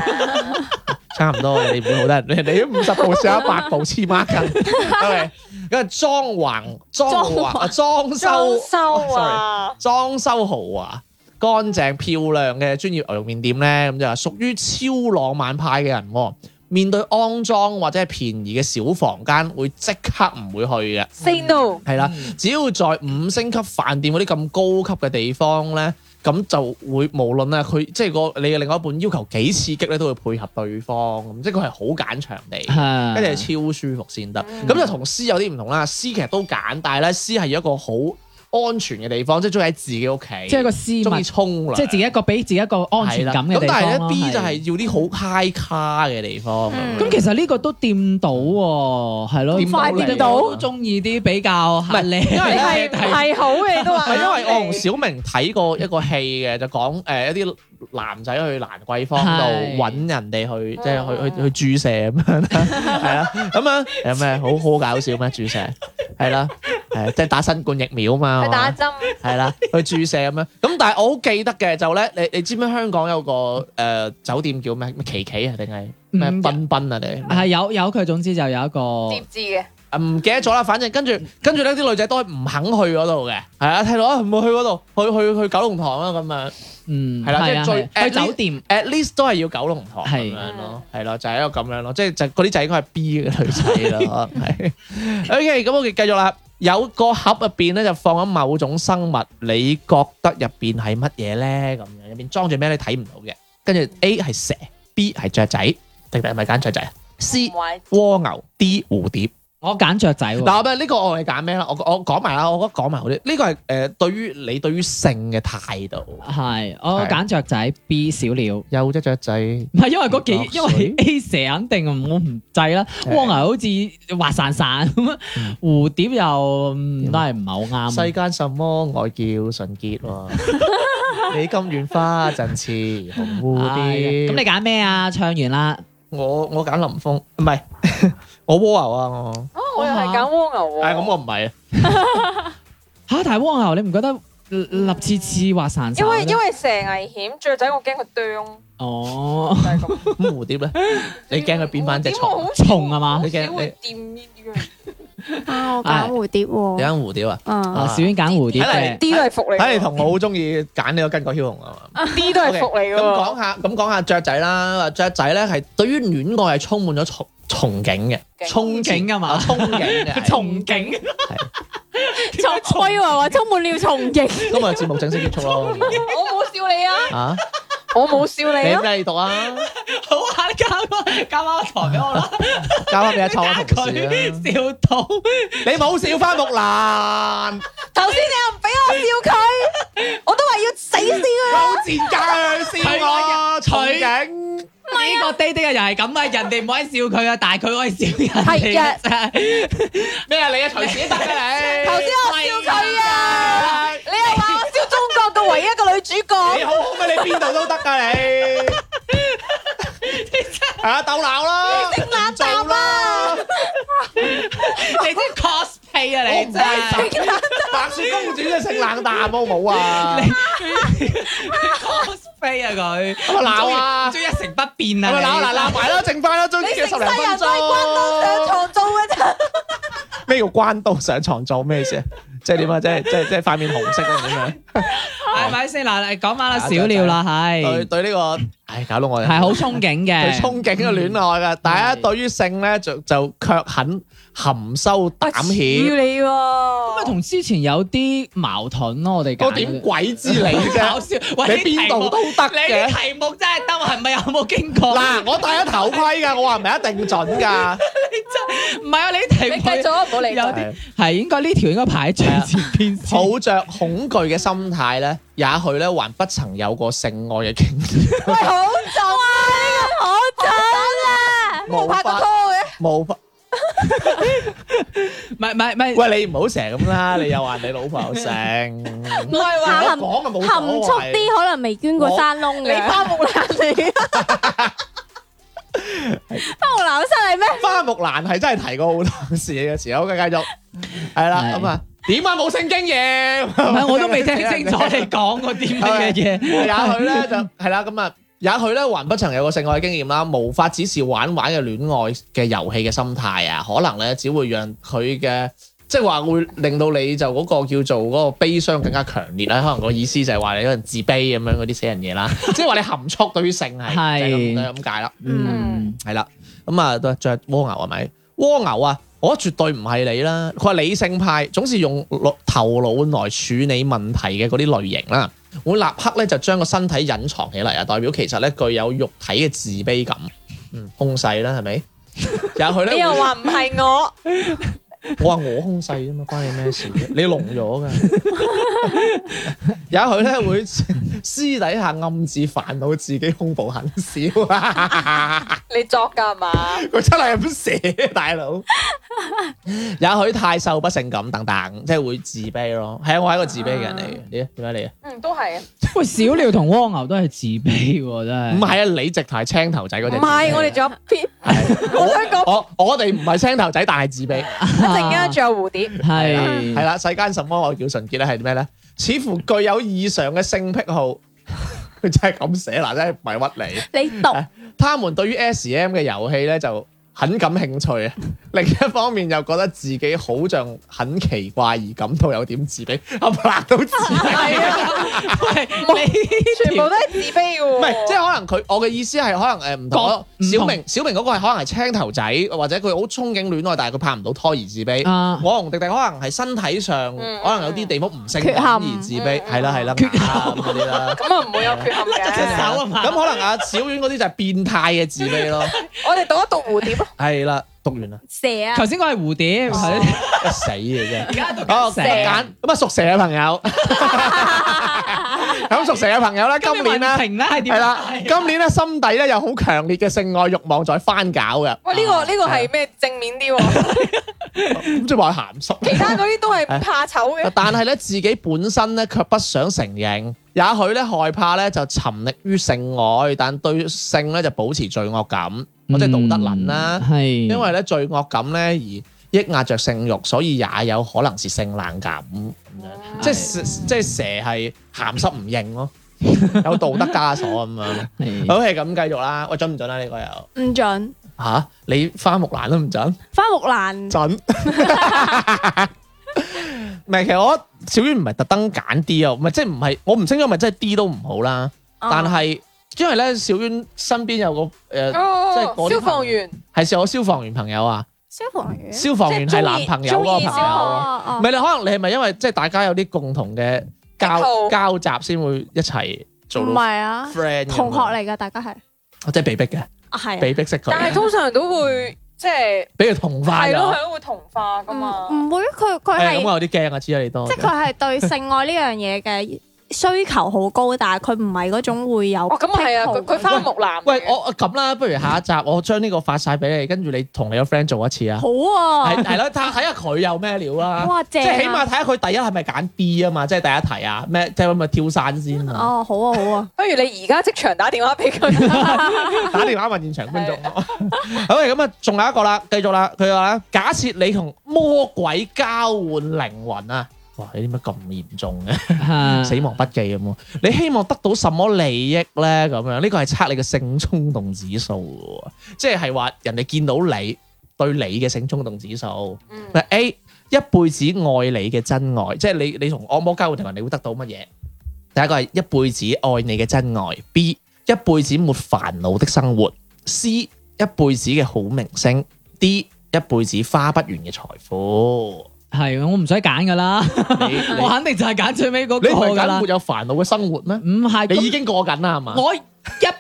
差唔多，你唔會好 得人，你五十步上一百步黐孖筋。OK，咁啊裝潢、裝潢、啊裝裝修、修啊，裝修豪華、乾淨漂亮嘅專業牛肉麵店咧，咁就係屬於超浪漫派嘅人喎。面對安裝或者係便宜嘅小房間，會即刻唔會去嘅。 say no。係啦，只要在五星級飯店嗰啲咁高級嘅地方咧，咁就會無論咧佢即係個你嘅另外一半要求幾刺激咧，都會配合對方咁，即係佢係好揀場地，係，一定係超舒服先得。咁就同 C 有啲唔同啦，C 其實都揀，但係咧 C 係一個好安全嘅地方，即係中意喺自己屋企，即係一個私密，中意即沖涼，係自己一個俾自己一個安全感係嘅啦咁地但係方咯。咧 B 就係要啲好 high 卡嘅地方。嗯咁其實呢個都掂到喎，係咯，掂到你都中意啲比較合理，因為你呢 係係好嘅，你都話係因為我同係小明睇過一個戲嘅，就講誒一啲男仔去蘭桂坊度係揾人哋去，即係去去嗯去注射咁樣啦，係啦，咁啊有咩好好搞笑咩？注射係啦，誒即係打新冠疫苗嘛，係打嘛針，係啦，去注射咁樣。咁但係我好記得嘅就咧，你你知唔知香港有個誒酒店叫咩咩琪琪啊，定係咩嗯彬彬啊定係咩係有有佢，總之就有一個接字嘅，啊唔記得咗啦，反正跟住跟住呢啲女仔都係唔肯去嗰度嘅，係啊，睇到啊唔會去嗰度，去去去九龍塘啦咁樣。嗯係啦即係啊最係啊 at 去 least- 酒店 at least 都係要九龍塘咁係樣咯，係咯，就係一個咁樣咯，即係就嗰啲就應該係 B 嘅女仔咯，係。OK，咁我哋繼續啦。有個盒入邊咧就放咗某種生物，你覺得入邊係乜嘢咧？咁樣入邊裝住咩你睇唔到嘅。跟住 A 係蛇，B 係雀仔，定係咪揀雀仔啊？C 唔係蝸牛，D 蝴蝶。我揀雀仔喎，嗱，咁啊呢個我哋揀咩啦？我我講埋啦，我覺得講埋好啲。呢個係誒對於你對於性嘅態度。係我係揀雀仔 B 小鳥。有隻雀仔。唔係因為嗰落幾，水因 為 A 蛇肯定我唔制啦，係蝸牛好似滑潺潺咁樣，蝴蝶又嗯都係唔係好世啱。間什麼外叫純潔喎？ 你咁遠花陣似紅蝴 唉蝶。咁你揀咩啊？唱完啦，我我揀林峰，唔係 我蝸牛啊！我啊，我又係揀蝸牛係咁，喎，我唔係啊。嚇！但係蝸牛你唔覺得立立刺刺滑潺潺？因為因為蛇危險，雀仔我驚佢啄，哦就，係咁。咁蝴 蝶咧， 你驚佢變翻隻蟲？蟲啊嘛你驚會掂呢啲嘅？啊，我揀蝴蝶你喎。揀蝴蝶啊？啊，哦小娟揀蝴蝶睇嘅，啲都係服你，睇嚟同我好中意揀呢個巾帼梟雄啊嘛。啲都係服你咁講噶下咁講下雀仔啦，雀仔咧係對於戀愛係充滿咗憧憧憬嘅，憬憧憬啊嘛憧憬嘅。係憧憬重，我以為話充滿了重形。今日節目正式結束 咯。我冇笑你啊，啊，我冇笑你你點啊，解你讀啊？好啊，交翻交翻台俾我 啦，交翻俾阿秋啊同事啊！佢笑到你冇笑翻木蘭，頭先你又唔俾我笑 佢，我都話要死笑佢。高賤格笑我重佢影。呢個滴滴嘅人係咁啊，人哋唔可以笑佢啊，但係佢可以笑人哋啊，真係咩啊？你啊，隨時得 嘅你。頭先我笑佢啊，你又話我笑中國嘅唯一一個女主你角，好好咩？你邊度都得噶你。啊，鬥鬧啦，你食冷做啦，你啲 cosplay 啊，我你唔真係係 白雪公主真係食冷淡好冇 啊！ cosplay 啊佢，我鬧啊唔中意唔中意一成不變係咪啊，鬧你嗱鬧埋啦，剩翻啦，中你嘅十成世零分人都係關刀上鐘。床做嘅啫。 咩叫關刀上床做咩事啊？即係點啊？即係即係即係塊面紅色咁樣。啊係咪先嗱？講翻啦，小料啦，對係對呢個，唉，搞到我哋係好憧憬對嘅，憧憬嘅戀愛噶，但係係對於性咧就就卻很含羞膽要怯。你咁啊，喎，同之前有啲矛盾咯，我哋我搞點鬼知你啫搞？笑，你喂，邊度都得你嘅。啲題目真係得，係咪有冇經過？嗱，我戴咗頭盔㗎，我話唔係一定準㗎。唔係啊，你啲題你目繼續啊，唔好理有佢。啲係應該呢條應該排喺最前啊邊先。抱着恐懼嘅心態咧，也許咧還不曾有過性愛嘅經驗，喂，好重啊！好重啊！冇拍過拖嘅，冇法。唔係唔係唔係，喂，你唔好成日咁 啦，你又話你老婆有性，我我係話含講就冇含蓄所謂。啲，可能未捐過山窿你嘅。花木蘭嚟啊！花木蘭出嚟咩？花木蘭係真係提過好多次嘅時候，繼繼續係啦，係咁啊，點解冇性經唔驗？係我都未聽清楚你講過啲咩嘢。也許咧就啊係啦，咁啊，也許咧還不曾有個性愛經驗啦，無法只是玩玩嘅戀愛嘅遊戲嘅心態啊，可能咧只會讓佢嘅即係話會令到你就嗰個叫做嗰個悲傷更加強烈啦。可能個意思就係話你可能自卑咁樣嗰啲死人嘢啦，即係話你含蓄對於性係係就係咁就係咁解啦，嗯，係啦，咁啊都係着蝸牛係咪？蝸牛啊！我絕對唔係你啦，佢話理性派總是用腦頭腦來處理問題嘅嗰啲類型啦。我立刻咧就將個身體隱藏起嚟啊，代表其實咧具有肉體嘅自卑感，嗯，控制啦，係咪？有 佢咧，你又話唔係哎我，我話我控制啫嘛，關你咩事啫？你聾咗噶。 有佢咧會私底下暗自煩惱自己胸部很小啊。你作㗎係嘛？佢真係咁寫，大佬。也許太瘦不性感等等，即係會自卑咯。係啊，我係一個自卑嘅人嚟嘅。你咧點解你啊？嗯，都係啊。喂，小廖同蝸牛都係自卑喎，真係。唔係啊，你直頭係青頭仔嗰唔隻。係，我哋仲有片，我想講我我哋唔係青頭仔，但係自卑。一陣間仲有蝴蝶。係係啦，啊世間什麼我叫純潔咧？係咩咧？似乎具有異常嘅性癖好。 佢真係咁寫嗱，真係唔係屈你讀你。啊他們對於 S.M. 嘅遊戲咧就很感興趣啊。 另一方面又覺得自己好像很奇怪而感到有點自卑，啊我拍到自卑。係啊，喂，全部都係自卑嘅喎。唔係，即係可能佢，我嘅意思係可能誒唔同各小唔明，小明嗰個係可能係青頭仔，或者佢好憧憬戀愛，但係佢拍唔到拖而自卑。啊我同迪迪可能係身體上，嗯可能有啲地方唔性缺感陷而自卑，係啦係啦，缺陷嗰啲啦。咁啊，唔會有 缺 陷嘅。手啊嘛咁可能阿小丸嗰啲就係變態嘅自卑咯，我哋讀一讀蝴蝶咯。係啦，讀完啦，蛇啊頭！先我係蝴蝶，係一死嘅啫。而家讀哦，蛇揀咁啊，屬蛇嘅朋友，咁屬蛇嘅朋友咧，今年咧停啦，係點啊係啦，今年咧心底咧有好強烈嘅性愛慾望在翻攪嘅。喂，呢個呢個係咩正面 啲喎？咁即係話鹹濕。其他嗰啲都係怕醜嘅。 但係咧，自己本身咧卻不想承認，也許咧害怕咧就沉溺於性愛，但對性咧就保持罪惡感，或者道德論啦。嗯係因為咧罪惡感咧而抑壓着性慾，所以也有可能是性冷感咁樣。即係蛇即係蛇係鹹濕唔認咯，有道德枷鎖咁樣。係好係咁繼續啦，喂準唔準啊？呢個又唔準，吓、你花木蘭都唔準？花木蘭準。唔係，其實我小丸唔係特登揀 D 啊，唔係即係唔係，我唔清楚係咪真係 D 都唔好啦。哦但係因為咧，小丸身邊有個誒，即係嗰呃啲，哦消防員係、呃、我消防員朋友啊，消防員，消防員係男朋友嗰個即係鍾意鍾朋意友咯。哦唔哦係你可能你係咪因為即係大家有啲共同嘅交癖交集先會一齊做唔到係啊， friend 咁樣同學，嚟㗎，大家係即係被逼嘅，啊係啊被逼識佢，但係通常都會即係俾佢同化係咯，咗。係咯會同化噶嘛唔。唔會佢佢係咁，我係有啲驚啊！知啊，你多即係佢係對性愛呢樣嘢嘅需求好高，但係佢唔係嗰種會有哦，咁啊係癖啊，好佢佢花木蘭嚟嘅。喂，我我咁啦，不如下一集我將呢個發晒俾你，跟住你同你個 friend 做一次啊。好啊係，係啦，睇下睇下佢有咩料啦。哇即正啊，係起碼睇下佢第一係咪揀 B 啊嘛，即係第一題啊，咩即係咪跳傘先啊？哦好啊好啊，不如你而家即場打電話 俾佢。打電話問現場觀眾。 好，咁啊，仲有一個啦，繼續啦。佢話咧，假設你同魔鬼交換靈魂啊，哇！你點解咁嚴重嘅？啊死亡筆記咁喎。你希望得到什麼利益咧？咁樣呢個係測你嘅性衝動指數嘅喎，即係話人哋見到你對你嘅性衝動指數。嗯嗱 A 一輩子愛你嘅真愛，即係你你同惡魔交換靈魂，你會得到乜嘢？第一個係一輩子愛你嘅真愛，B 一輩子沒煩惱的生活，C 一輩子嘅好名聲，D 一輩子花不完嘅財富。係我唔使揀噶啦，你你 我肯定就係揀最尾嗰你唔係個噶啦揀沒。有煩惱嘅生活咩？唔係，你已咁經過緊啦，係嘛？我一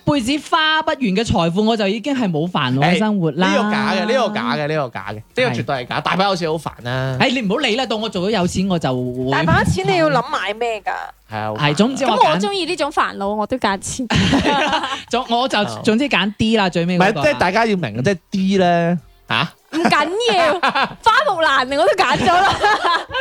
輩子花不完嘅財富，我就已經係冇煩惱嘅生活啦。哎呢個假嘅，呢個假嘅，呢個假嘅，呢個係絕對係假。大把有錢好煩啊啦，哎誒，你唔好理啦，到我做咗有錢我就會大把錢你要諗買咩㗎？係啊，好煩係，總之我咁我揀中意呢種煩惱，我都揀 錢，總我就哦總之揀 D 啦，最尾唔嗰係個即係大家要明，即係 D 咧吓，唔緊要， 花木蘭我都揀咗啦，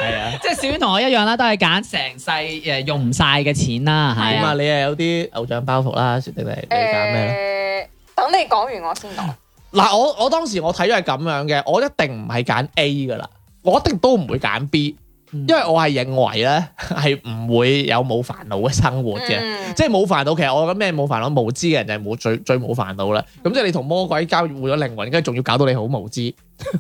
係啊，即係小丸同我一樣啦，都係揀成世誒用唔晒嘅錢啦，咁係啊，你又有啲偶像包袱啦，定係你揀咩咧？誒，等你講完我先講。嗱，我我當時我睇咗係咁樣嘅，我一定唔係揀 A 噶啦，我一定都唔會揀 B，嗯因為我係認為咧係唔會有冇煩惱嘅生活嘅。嗯即係冇煩惱，其實我諗咩冇煩惱，無知嘅人就係冇最最冇煩惱啦。嗯咁即係你同魔鬼交換咗靈魂，跟住仲要搞到你好無 知，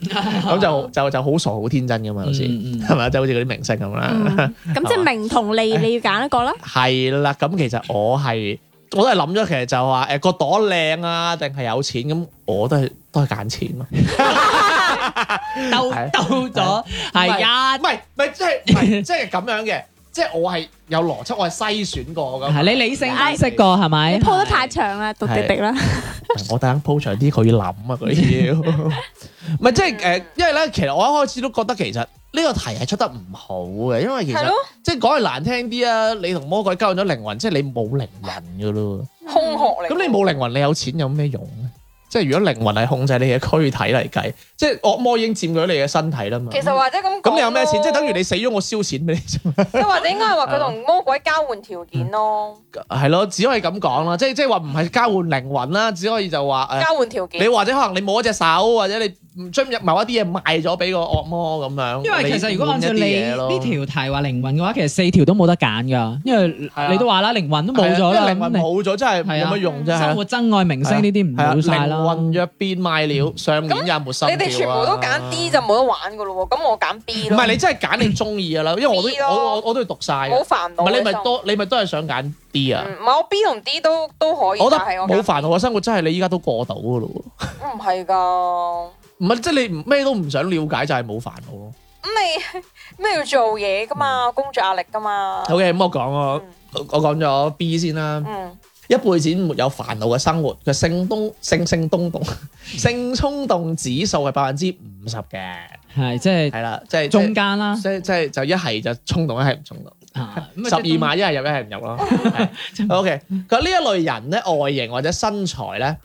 咁就就就好傻好天真噶嘛，有時嗯嗯嗯係咪？即係好似嗰啲明星咁啦，咁即係名同利，你要揀一個啦， 係啦。咁其實我係我都係諗咗，其實就話誒個朵靚啊，定係有錢咁，我都係都係揀錢咯。嗯兜係兜咗唔係係呀唔。係唔係，即係唔係即係咁樣嘅，即係我係有邏輯，我係篩選過係咁。你理性分析過係哎咪？你鋪得太長啦，讀迪迪啦，我等鋪長啲，佢要諗啊，佢 要。唔係即係啊誒，因為咧，其實我一開始都覺得其實呢個題係出得唔好嘅，因為其係實咯，即係講係難聽啲啊，你同魔鬼交換咗靈魂，即係你冇靈魂噶咯。空殼嚟。咁你冇靈魂，你有錢有咩用咧？即係如果靈魂係控制你嘅軀體嚟計，即係惡魔已經佔據咗你嘅身體啦嘛。其實或者咁講咁你有咩錢？咯即係等於你死啊咗，我燒錢俾你啫嘛。即係或者應該係話佢同魔鬼交換條件咯，係咯，只可以咁講啦。即係即係話唔係交換靈魂啦，只可以就話誒。交換條嗯你件。或者可能你冇一隻手，或者你唔將某一啲嘢賣咗俾個惡魔咁樣。因為其實如果按照你呢條條題話靈魂嘅話，其實四條都冇得揀噶，因為啊你都話啦，靈魂都冇咗啦，靈魂咁冇咗真係係冇啊乜用你啫。生活真愛明星呢啲唔係啊冇晒啦靈。嗯魂若變賣了，上年也沒心啊你哋全部都揀 D 就冇得玩噶咯喎，咁我揀 B 唔咯。係你真係揀你中意噶啊啦，因為我都 B 咯我我我都要讀晒嘅。冇煩唔惱。啊係你咪就多，你咪都係想揀 D 啊？嗯唔係我 B 同 D 都都可以，我覺得但係我冇煩惱啊嘅生活真係你依家都過到噶咯喎。唔係㗎。唔係即係你唔咩都唔想了解就係冇煩惱哦咯。咁你咩要做嘢㗎嘛？工作壓力㗎嘛？嗯好嘅，咁我講我嗯我講咗 B 先啦。嗯，一輩子沒有煩惱嘅生活，佢性東性性東 動性衝動指數係百分之五十嘅，係即係係啦，即係中間啦。即係即係就一係就衝動，一係唔衝動，啊咁啊十二即係碼一係入一係唔入 咯。係 OK，佢呢一類人咧，外形或者身材咧，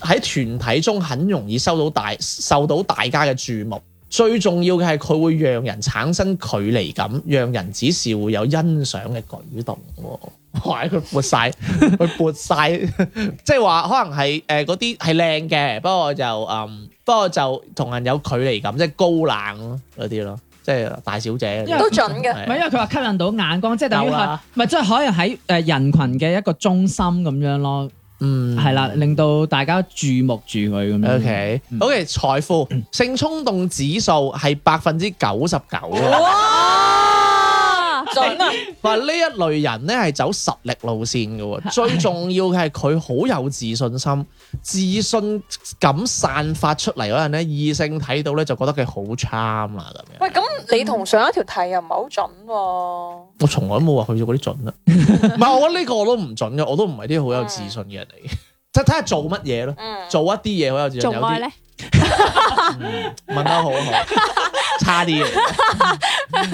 喺團體中很容易收到大受到大家嘅注目。最重要嘅係佢會讓人產生距離感，讓人只是會有欣賞嘅舉動喎。 哇！佢撥 晒，佢撥晒， 即係話可能係誒嗰啲係靚嘅，不過就嗯，不過就同人有距離感，即係高冷咯嗰啲咯，即係大小姐嗰啲。啊因為都準嘅。唔係因為佢話吸引到眼光，即係等於有係啦咪即係可能喺誒人群嘅一個中心咁樣咯，嗯係啦，令到大家注目住佢咁樣。 OK，嗯 OK，財 富性衝動指數係百分之九十九，哇！準啊！啊話呢一類人咧係走實力路線嘅喎，最重要嘅係佢好有自信心，自信感散發出嚟嗰陣咧，異性睇到咧就覺得佢好 charm 啦咁樣。喂，咁你同上一條題又唔係好準喎。我從來都冇話去到嗰啲 準啦，啊唔係我覺得呢個我都唔準嘅，我都唔係啲好有自信嘅人嚟嘅，即係睇下做乜嘢咯，嗯，做一啲嘢好有自 信，做有愛啲咧，嗯問得好好，差 啲嘅，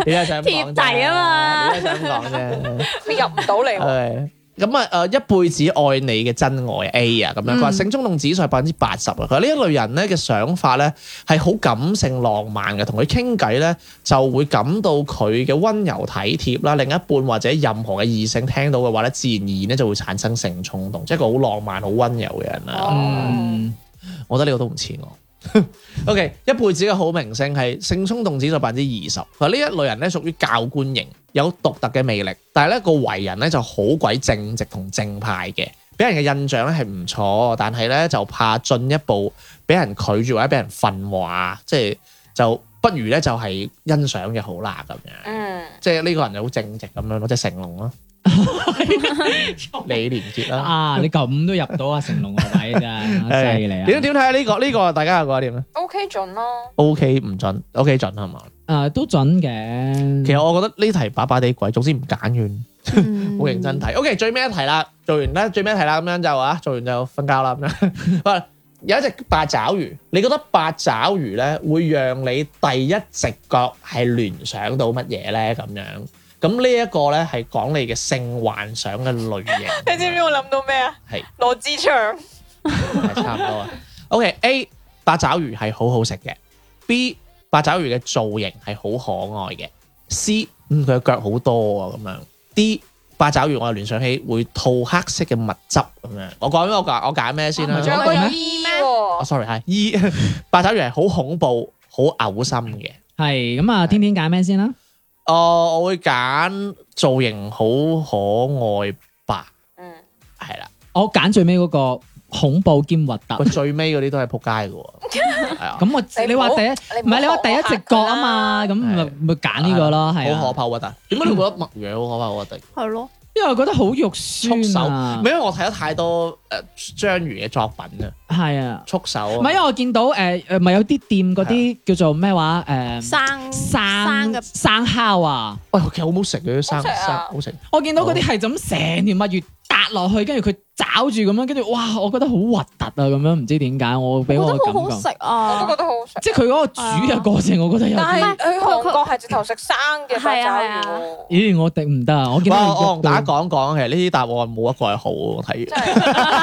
你係想講啫貼題啊嘛你係想講啫。你入唔到嚟喎。係咁啊，誒一輩子愛你嘅真愛 A 啊，咁嗯樣佢話性衝動指數係百分之八十啊。佢話呢一類人咧嘅想法咧係好感性浪漫嘅，同佢傾偈咧就會感到佢嘅温柔體貼啦。另一半或者任何嘅異性聽到嘅話咧，自然而然咧就會產生性衝動，即係一個好浪漫、好温柔嘅人啊啦。哦，我覺得呢個都唔似我。O.K. 一輩子嘅好明星係性衝動指數百分之二十。佢話呢一類人咧屬於教官型，有獨特嘅魅力，但係咧個為人咧就好鬼正直同正派嘅，俾人嘅印象咧係唔錯，但係咧就怕進一步俾人拒絕或者俾人訓話，即係就不如咧就係欣賞嘅好啦咁樣。嗯，即係呢個人就好正直咁樣咯，即係成龍咯， 李連杰 啦。啊！你咁都入到啊，成龍個位 真係犀利啊！點點睇下呢個呢個大家又覺得點咧 OK 準咯， ？O K 唔準，O K 準係嘛？啊，都準嘅。其實我覺得呢題把把地鬼，總之唔揀完，嗯好認真睇。OK，最尾一題啦，做完啦，最尾一題啦，咁樣就啊，做完就瞓覺啦咁樣。 喂，有一隻八爪魚，你覺得八爪魚咧會讓你第一直覺係聯想到乜嘢咧？咁樣，咁呢一個咧係講你嘅性幻想嘅類型。 你知唔知我諗到咩啊？係羅志祥，係差唔多啊。OK，A 八爪魚係好好食嘅，B 八爪魚嘅造型係好可愛嘅，C 嗯佢嘅腳好多啊咁樣，D 八爪魚我又聯想起會吐黑色嘅物質咁樣。我講咩？我揀我揀咩先啦啊？仲有我個覺得 E 哦喎。 ，sorry 係 E 八爪魚係好恐怖、好嘔心嘅。係咁啊，天天揀咩先啦？哦，我會揀造型好可 愛吧，嗯，係啦。我揀最尾嗰個恐怖兼核突佢。最尾嗰啲都係撲 街嘅喎，係啊。咁我你話第一唔你係你話第一直覺啊嘛，咁咪係咪揀呢個咯，係好可啊，怕核突。點解你會覺得墨樣好可怕核突？係咯，因為我覺得好肉束手，酸啊唔係因，為我睇咗太多誒章魚嘅作品啊，係啊，束手唔係因為我見到誒誒，咪有啲店嗰啊啲叫做咩話嗯誒生生生嘅生烤啊，喂，其實好唔好食嘅啲生好食啊生好食，我見到嗰啲係就咁成條墨魚搭落去，跟住佢找住咁樣，跟住哇，我覺得好核突啊，咁樣唔知點解我俾我我覺得嘅好好感食覺，我都啊覺，得好好食。即係佢嗰個煮嘅過程，我覺得有但啲，係去韓國係直頭食生嘅八係啊爪係啊魚喎，咦，我定唔得啊，我見哇！到我同大家講講講，其實呢啲答案冇一個係好嘅，我睇真係我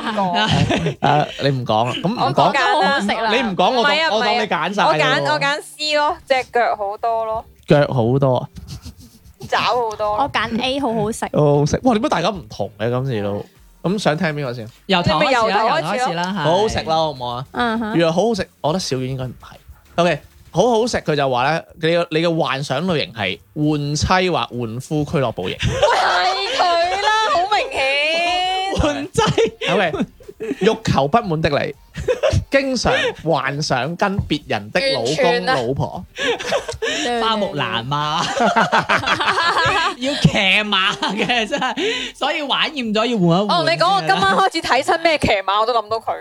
唔講。完。誒，你唔講啦，咁唔我講講，得好好食啦，你唔講，我唔係當啊我唔係啊當你揀晒我喎。揀我揀 C 咯，隻腳好多咯，腳好多，爪好多我咯。嗯揀 A 好好食，好好食。哇！點解大家唔同嘅今次都？咁想聽邊個先？由頭開始你咪由頭啦，開由頭開始啦，係好好食啦，好唔好啊？嗯哼原來好好食，我覺得小丸應該唔係。OK，好好食佢就話咧，你嘅你嘅幻想類型係換妻或換夫俱樂部型。係佢啦，好明顯。換劑。 OK，欲求不滿的你，經常幻想跟別人的老完全啊公老婆。花木蘭嘛，要騎馬嘅真係，所以玩厭咗要換一換。我同你講，我今晚開始睇親咩騎馬，我都諗到佢。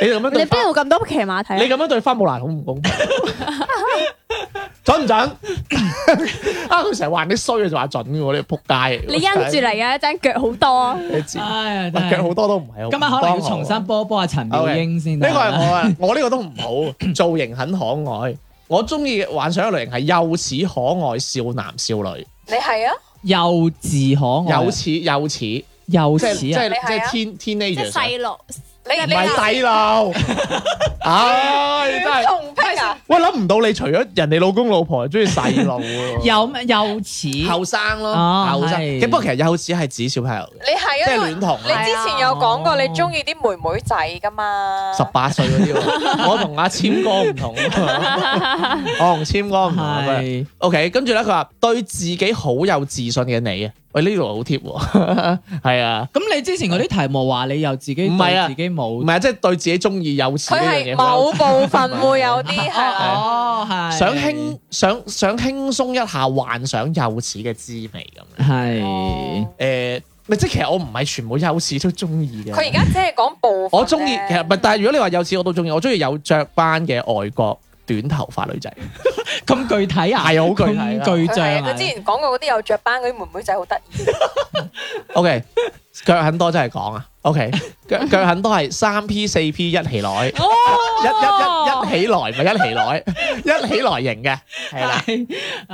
你咁樣你對花邊，度咁多騎馬你睇啊咁樣對花木蘭好唔公平。 準唔 準？啊！佢成日話人啲衰嘅就話準嘅喎，你仆街嚟喎。你因住嚟啊嘅，一陣腳好多，啊你知，唉呀，真係腳好多都唔係好。今晚可能要唔幫我重新波波阿陳妙英先呢得。個係我啊，我呢個都唔好，造型很可愛。我中意嘅幻想類型係幼齒可愛少男少女，你係啊？幼稚可愛，幼齒幼齒，即哦幼係即稚啊！係你係啊即係 teen 即係 teenager，細路，你唔你係細 路。唉，真係，同癖啊？喂諗唔到你除咗人哋老公老婆，中意細路 喎，幼咩？幼 稚後生咯，哦後生。係咁不過其實幼齒係指小朋友嘅，你係即係啊？戀因為童你啦，之前有講過你中意啲妹妹仔噶嘛？十八歲嗰啲 喎。我同阿簽哥唔同，我同簽哥唔同。啊係 O K，跟住咧，佢話對自己好有自信嘅你啊，喂呢度好貼喎， 係啊，咁你之前嗰啲題目話你又自己唔係啊對自己唔冇係啊即係對自己中意有錢佢呢係樣嘢好有。某部分會有啲 Ờ, 係啦。哦，係想輕想想輕鬆一下，幻想幼齒嘅滋味咁樣。Ờ. 係誒，咪即係其實我唔係全部幼齒都中意嘅。佢而家只係講部分我中意，咧其實唔係，但係如果你話幼齒我都中意，我中意有着班嘅外國短頭髮女仔，咁具體啊，係好具體啊咁具佢係象啊佢之前講過嗰啲有着班嗰啲妹妹仔好得意， OK，腳很多真係講啊。OK，腳 腳很多係三 P 四 P 一起來，一哦一一一起來咪一起來，一起來型嘅係 啦，係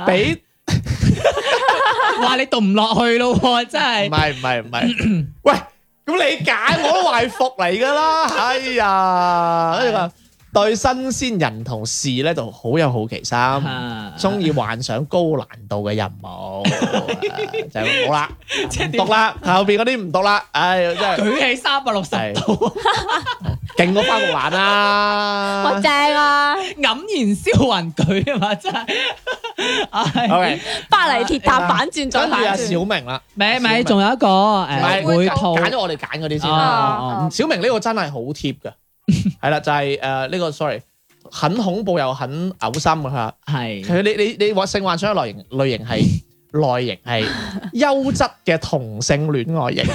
俾哇！你讀唔落去咯喎，真唔係係唔係唔係，喂，咁你解我都係服嚟㗎啦，哎呀，跟住話對新鮮人同事咧就好有好奇心。啊中意幻想高難度嘅任務， 就係冇啦，唔點啊讀啦，後邊嗰啲唔讀啦，唉，真係。舉起三百六十係度，勁過花木蘭哇 啦。正啊！黯然銷魂舉啊嘛，真係。 唉 O K，巴黎鐵塔反轉再跟住反阿轉，小明啦，咪咪，仲有一個咪誒會套揀咗我哋揀嗰啲先哦啦。哦啊小明呢個真係好貼㗎，係啦，就係誒呢個 sorry，很恐怖又很嘔心㗎嚇。哦係佢你你你話性幻想嘅類型類型係類型係優質嘅同性戀愛型，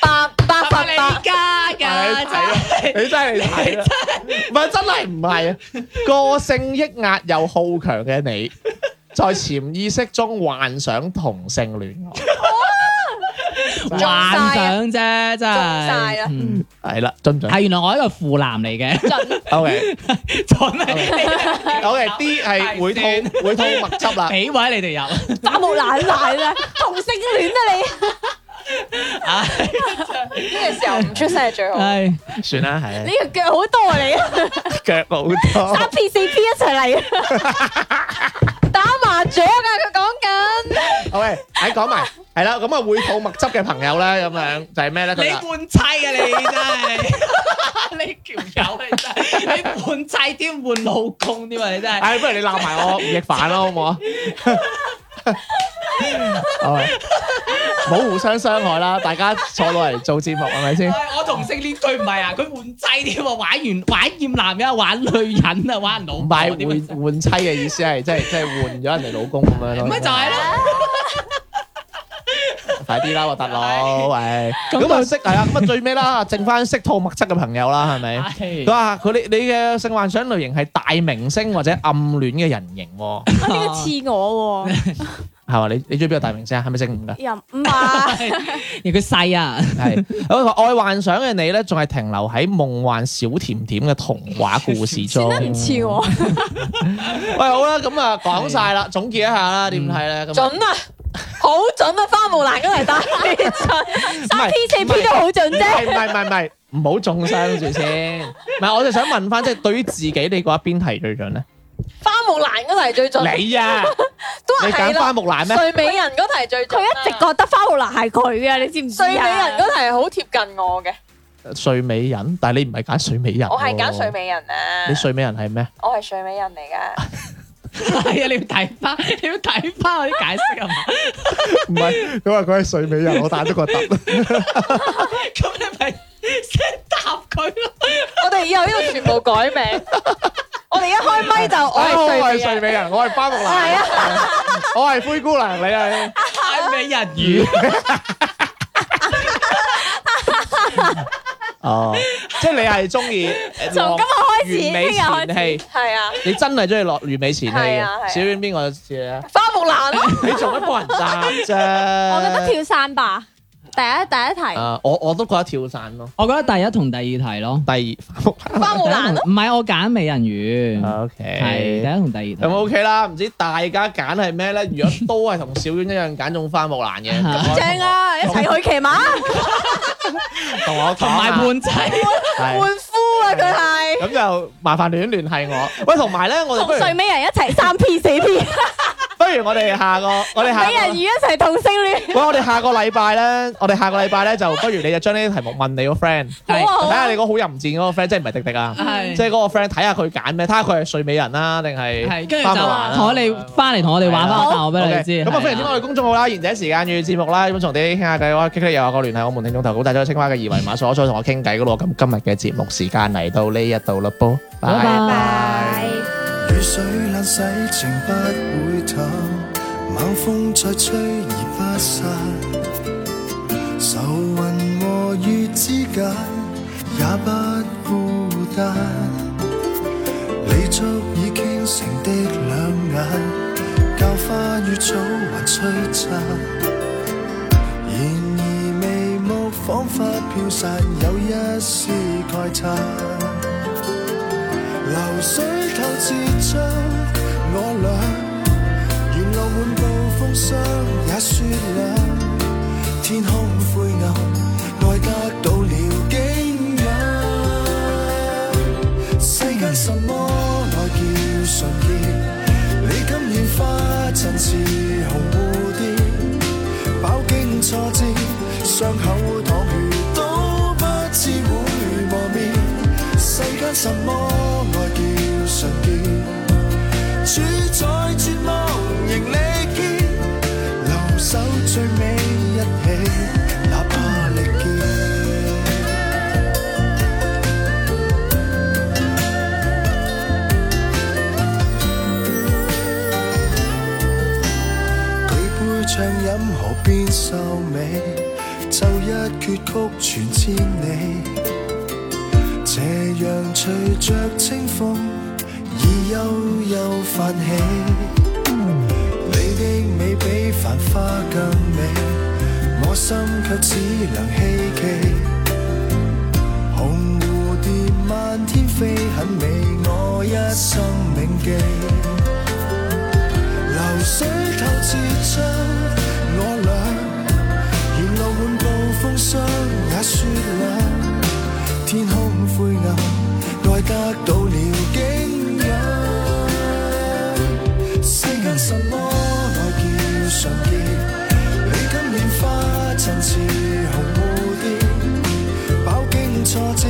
八八 八八，加你睇啊你真係睇啦，唔係真係唔係啊！個性抑壓又好強嘅你，在潛意識中幻想同性戀愛。中晒啊幻想啫，真係。中晒啊嗯系啦，准唔准係原來我係一個腐男嚟嘅， ？O K 準你 O K D 係會係吐會吐墨汁啦。俾位你哋入，花木蘭嚟啦，同性戀啊你！唉呢個時候唔出聲係最好。唉算啦，係你個腳好多啊你，腳好多。三 P 四 P 一齊嚟啊！打麻雀㗎，佢講緊 O K，喺哎講埋係啦，咁啊會吐墨汁嘅朋友咧，咁樣就係咩咧？你佢話換妻啊你真係， 你條友你真係，你換妻添換老公添啊你真係， 唉，不如你鬧埋我吳亦凡啦，好唔 好啊？好唔好互相傷害啦，大家坐落嚟做節目係咪 先？我同性戀佢唔係啊，佢換妻添啊，玩完玩厭男人啊，玩女人啊，玩老唔婆係添啊換換妻嘅意思係即係即係換咗人哋老公咁樣咯。咪就係啦。快啲啦，核突佬，喂！咁咁啊識係啊，咁啊最尾啦，剩翻識吐墨汁嘅朋友啦，係 啊咪？ 佢話佢你你嘅性幻想類型係大明星或者暗戀嘅人形喎，呢個似我喎，係嘛？你你中意邊個大明星啊？係咪姓伍㗎？又唔係而佢細啊，係佢話愛幻想嘅你咧，仲係停留喺夢幻小甜甜嘅童話故事中。得唔似我？喂，好啦，咁啊講晒啦，總結一下啦，點睇咧？咁啊準啊，好準啊，花木蘭嗰嚟打你準，唔係三 P 四 P 都好盡唔啫，係唔係唔係唔係，唔好中傷住先。唔係，我就想問翻，即係對於自己，你覺得邊題最準咧？花木蘭嗰嚟最準，你 啊，都你係揀花啦。木蘭咩？睡美人嗰題最佢準啊，一直覺得花木蘭係佢嘅，你知唔知睡美人啊？嗰題好貼近我嘅，睡美人，但係你唔係揀睡美人喎，我係揀睡美人啊你，睡美人係咩？我係睡美人嚟㗎。係啊，你要睇翻，你要睇翻我啲解 釋啊嘛。唔係，佢話佢係睡美人，我打咗個突。咁你咪識答佢咯。我哋以後呢度全部改名，我哋一開咪就哎我係我睡哦係美睡人，美人，我係花木蘭，啊 我係灰姑娘，你係大美人魚，哦，即係你係中意誒從今日開始，聽落完日美開始。前戲，係啊，你真係中意落完美前戲係啊嘅。係啊小婉邊個似你啊？花木蘭咯。你做乜幫人答啫？ 我覺得跳傘吧，第一第一題。啊，我我都覺得跳傘咯。我覺得第一同第二題咯。第二花木花木蘭咯，唔係我揀美人魚，蘭係第，OK。一同第二題。咁 OK 啦，唔知大家揀係咩咧？如果都係同小婉一樣揀中花木蘭嘅，咁我正啊！一齊去騎馬，同我啊同同埋我半仔，係換夫啊佢係，咁就麻煩亂聯繫我。喂，同埋咧，我哋不同如睡美人一齊三 P 四 P，不如我哋下個，我哋下俾人個魚一齊同性戀，喂，我哋下個禮拜咧，我哋下個禮拜咧就不如你就將呢啲題目問你個 friend，好 啊好睇下啊你，嗰個好淫賤嗰個 friend，即係唔係迪迪啊？係即係嗰個 friend 睇下佢揀咩，睇下佢係睡美人啦，定係係，跟住花就木蘭啊同我哋翻嚟同我哋玩翻個答案俾你 OK，知。咁啊，非常之係我哋公眾號啦，賢者時間與節目啦，咁同啲傾下偈啦，K K 又有個聯繫我們聽眾投稿，帶咗青蛙嘅二維碼鎖咗同我傾偈嗰度。咁今日嘅節目時間嚟到呢一度啦噃，拜拜。雨水冷洗情不會淡，猛風再吹而不散。愁雲和雨之間也不孤單。你足以傾城的兩眼，教花與草還璀璨。然而眉目彷彿飄散，有一絲慨嘆。流水透徹將我倆，沿路滿布風霜也雪亮。天空灰暗，愛得到了景仰。世間什麼愛叫純潔？你今現花陣似紅蝴蝶，飽經挫折，傷口淌血都不知會磨滅。世間什麼愛叫純潔？主宰絕望仍歷見，留守最美一起，哪怕力竭。舉杯暢飲河邊秀美，奏一闕曲傳千里。斜陽隨着清風，已悠悠泛起。你的美比繁花更美，我心卻只能希冀。紅蝴蝶漫天飛很美，我一生銘記。流水透徹將我倆，沿路滿布風霜也雪亮。天空灰暗，愛得到了景仰。世間什麼愛叫純潔？你今年花陣似紅蝴蝶，飽經挫折，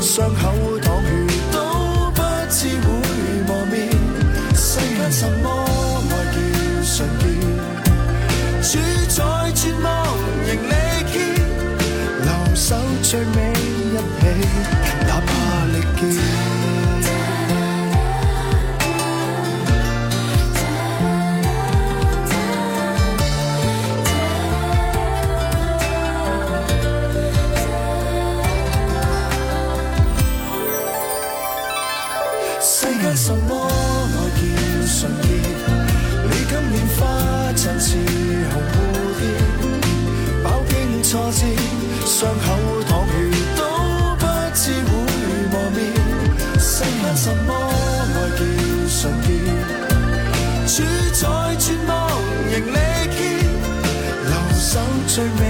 傷口淌血都不知會磨滅。世間什麼愛叫純潔？主宰絕望仍歷見。留守最美一起，哪怕力竭。世間什麼愛叫純潔？你今年花陣似紅蝴蝶。飽經挫折，傷口淌血都不知會磨滅。世間什麼愛叫純潔？主宰絕望仍歷見，留守最美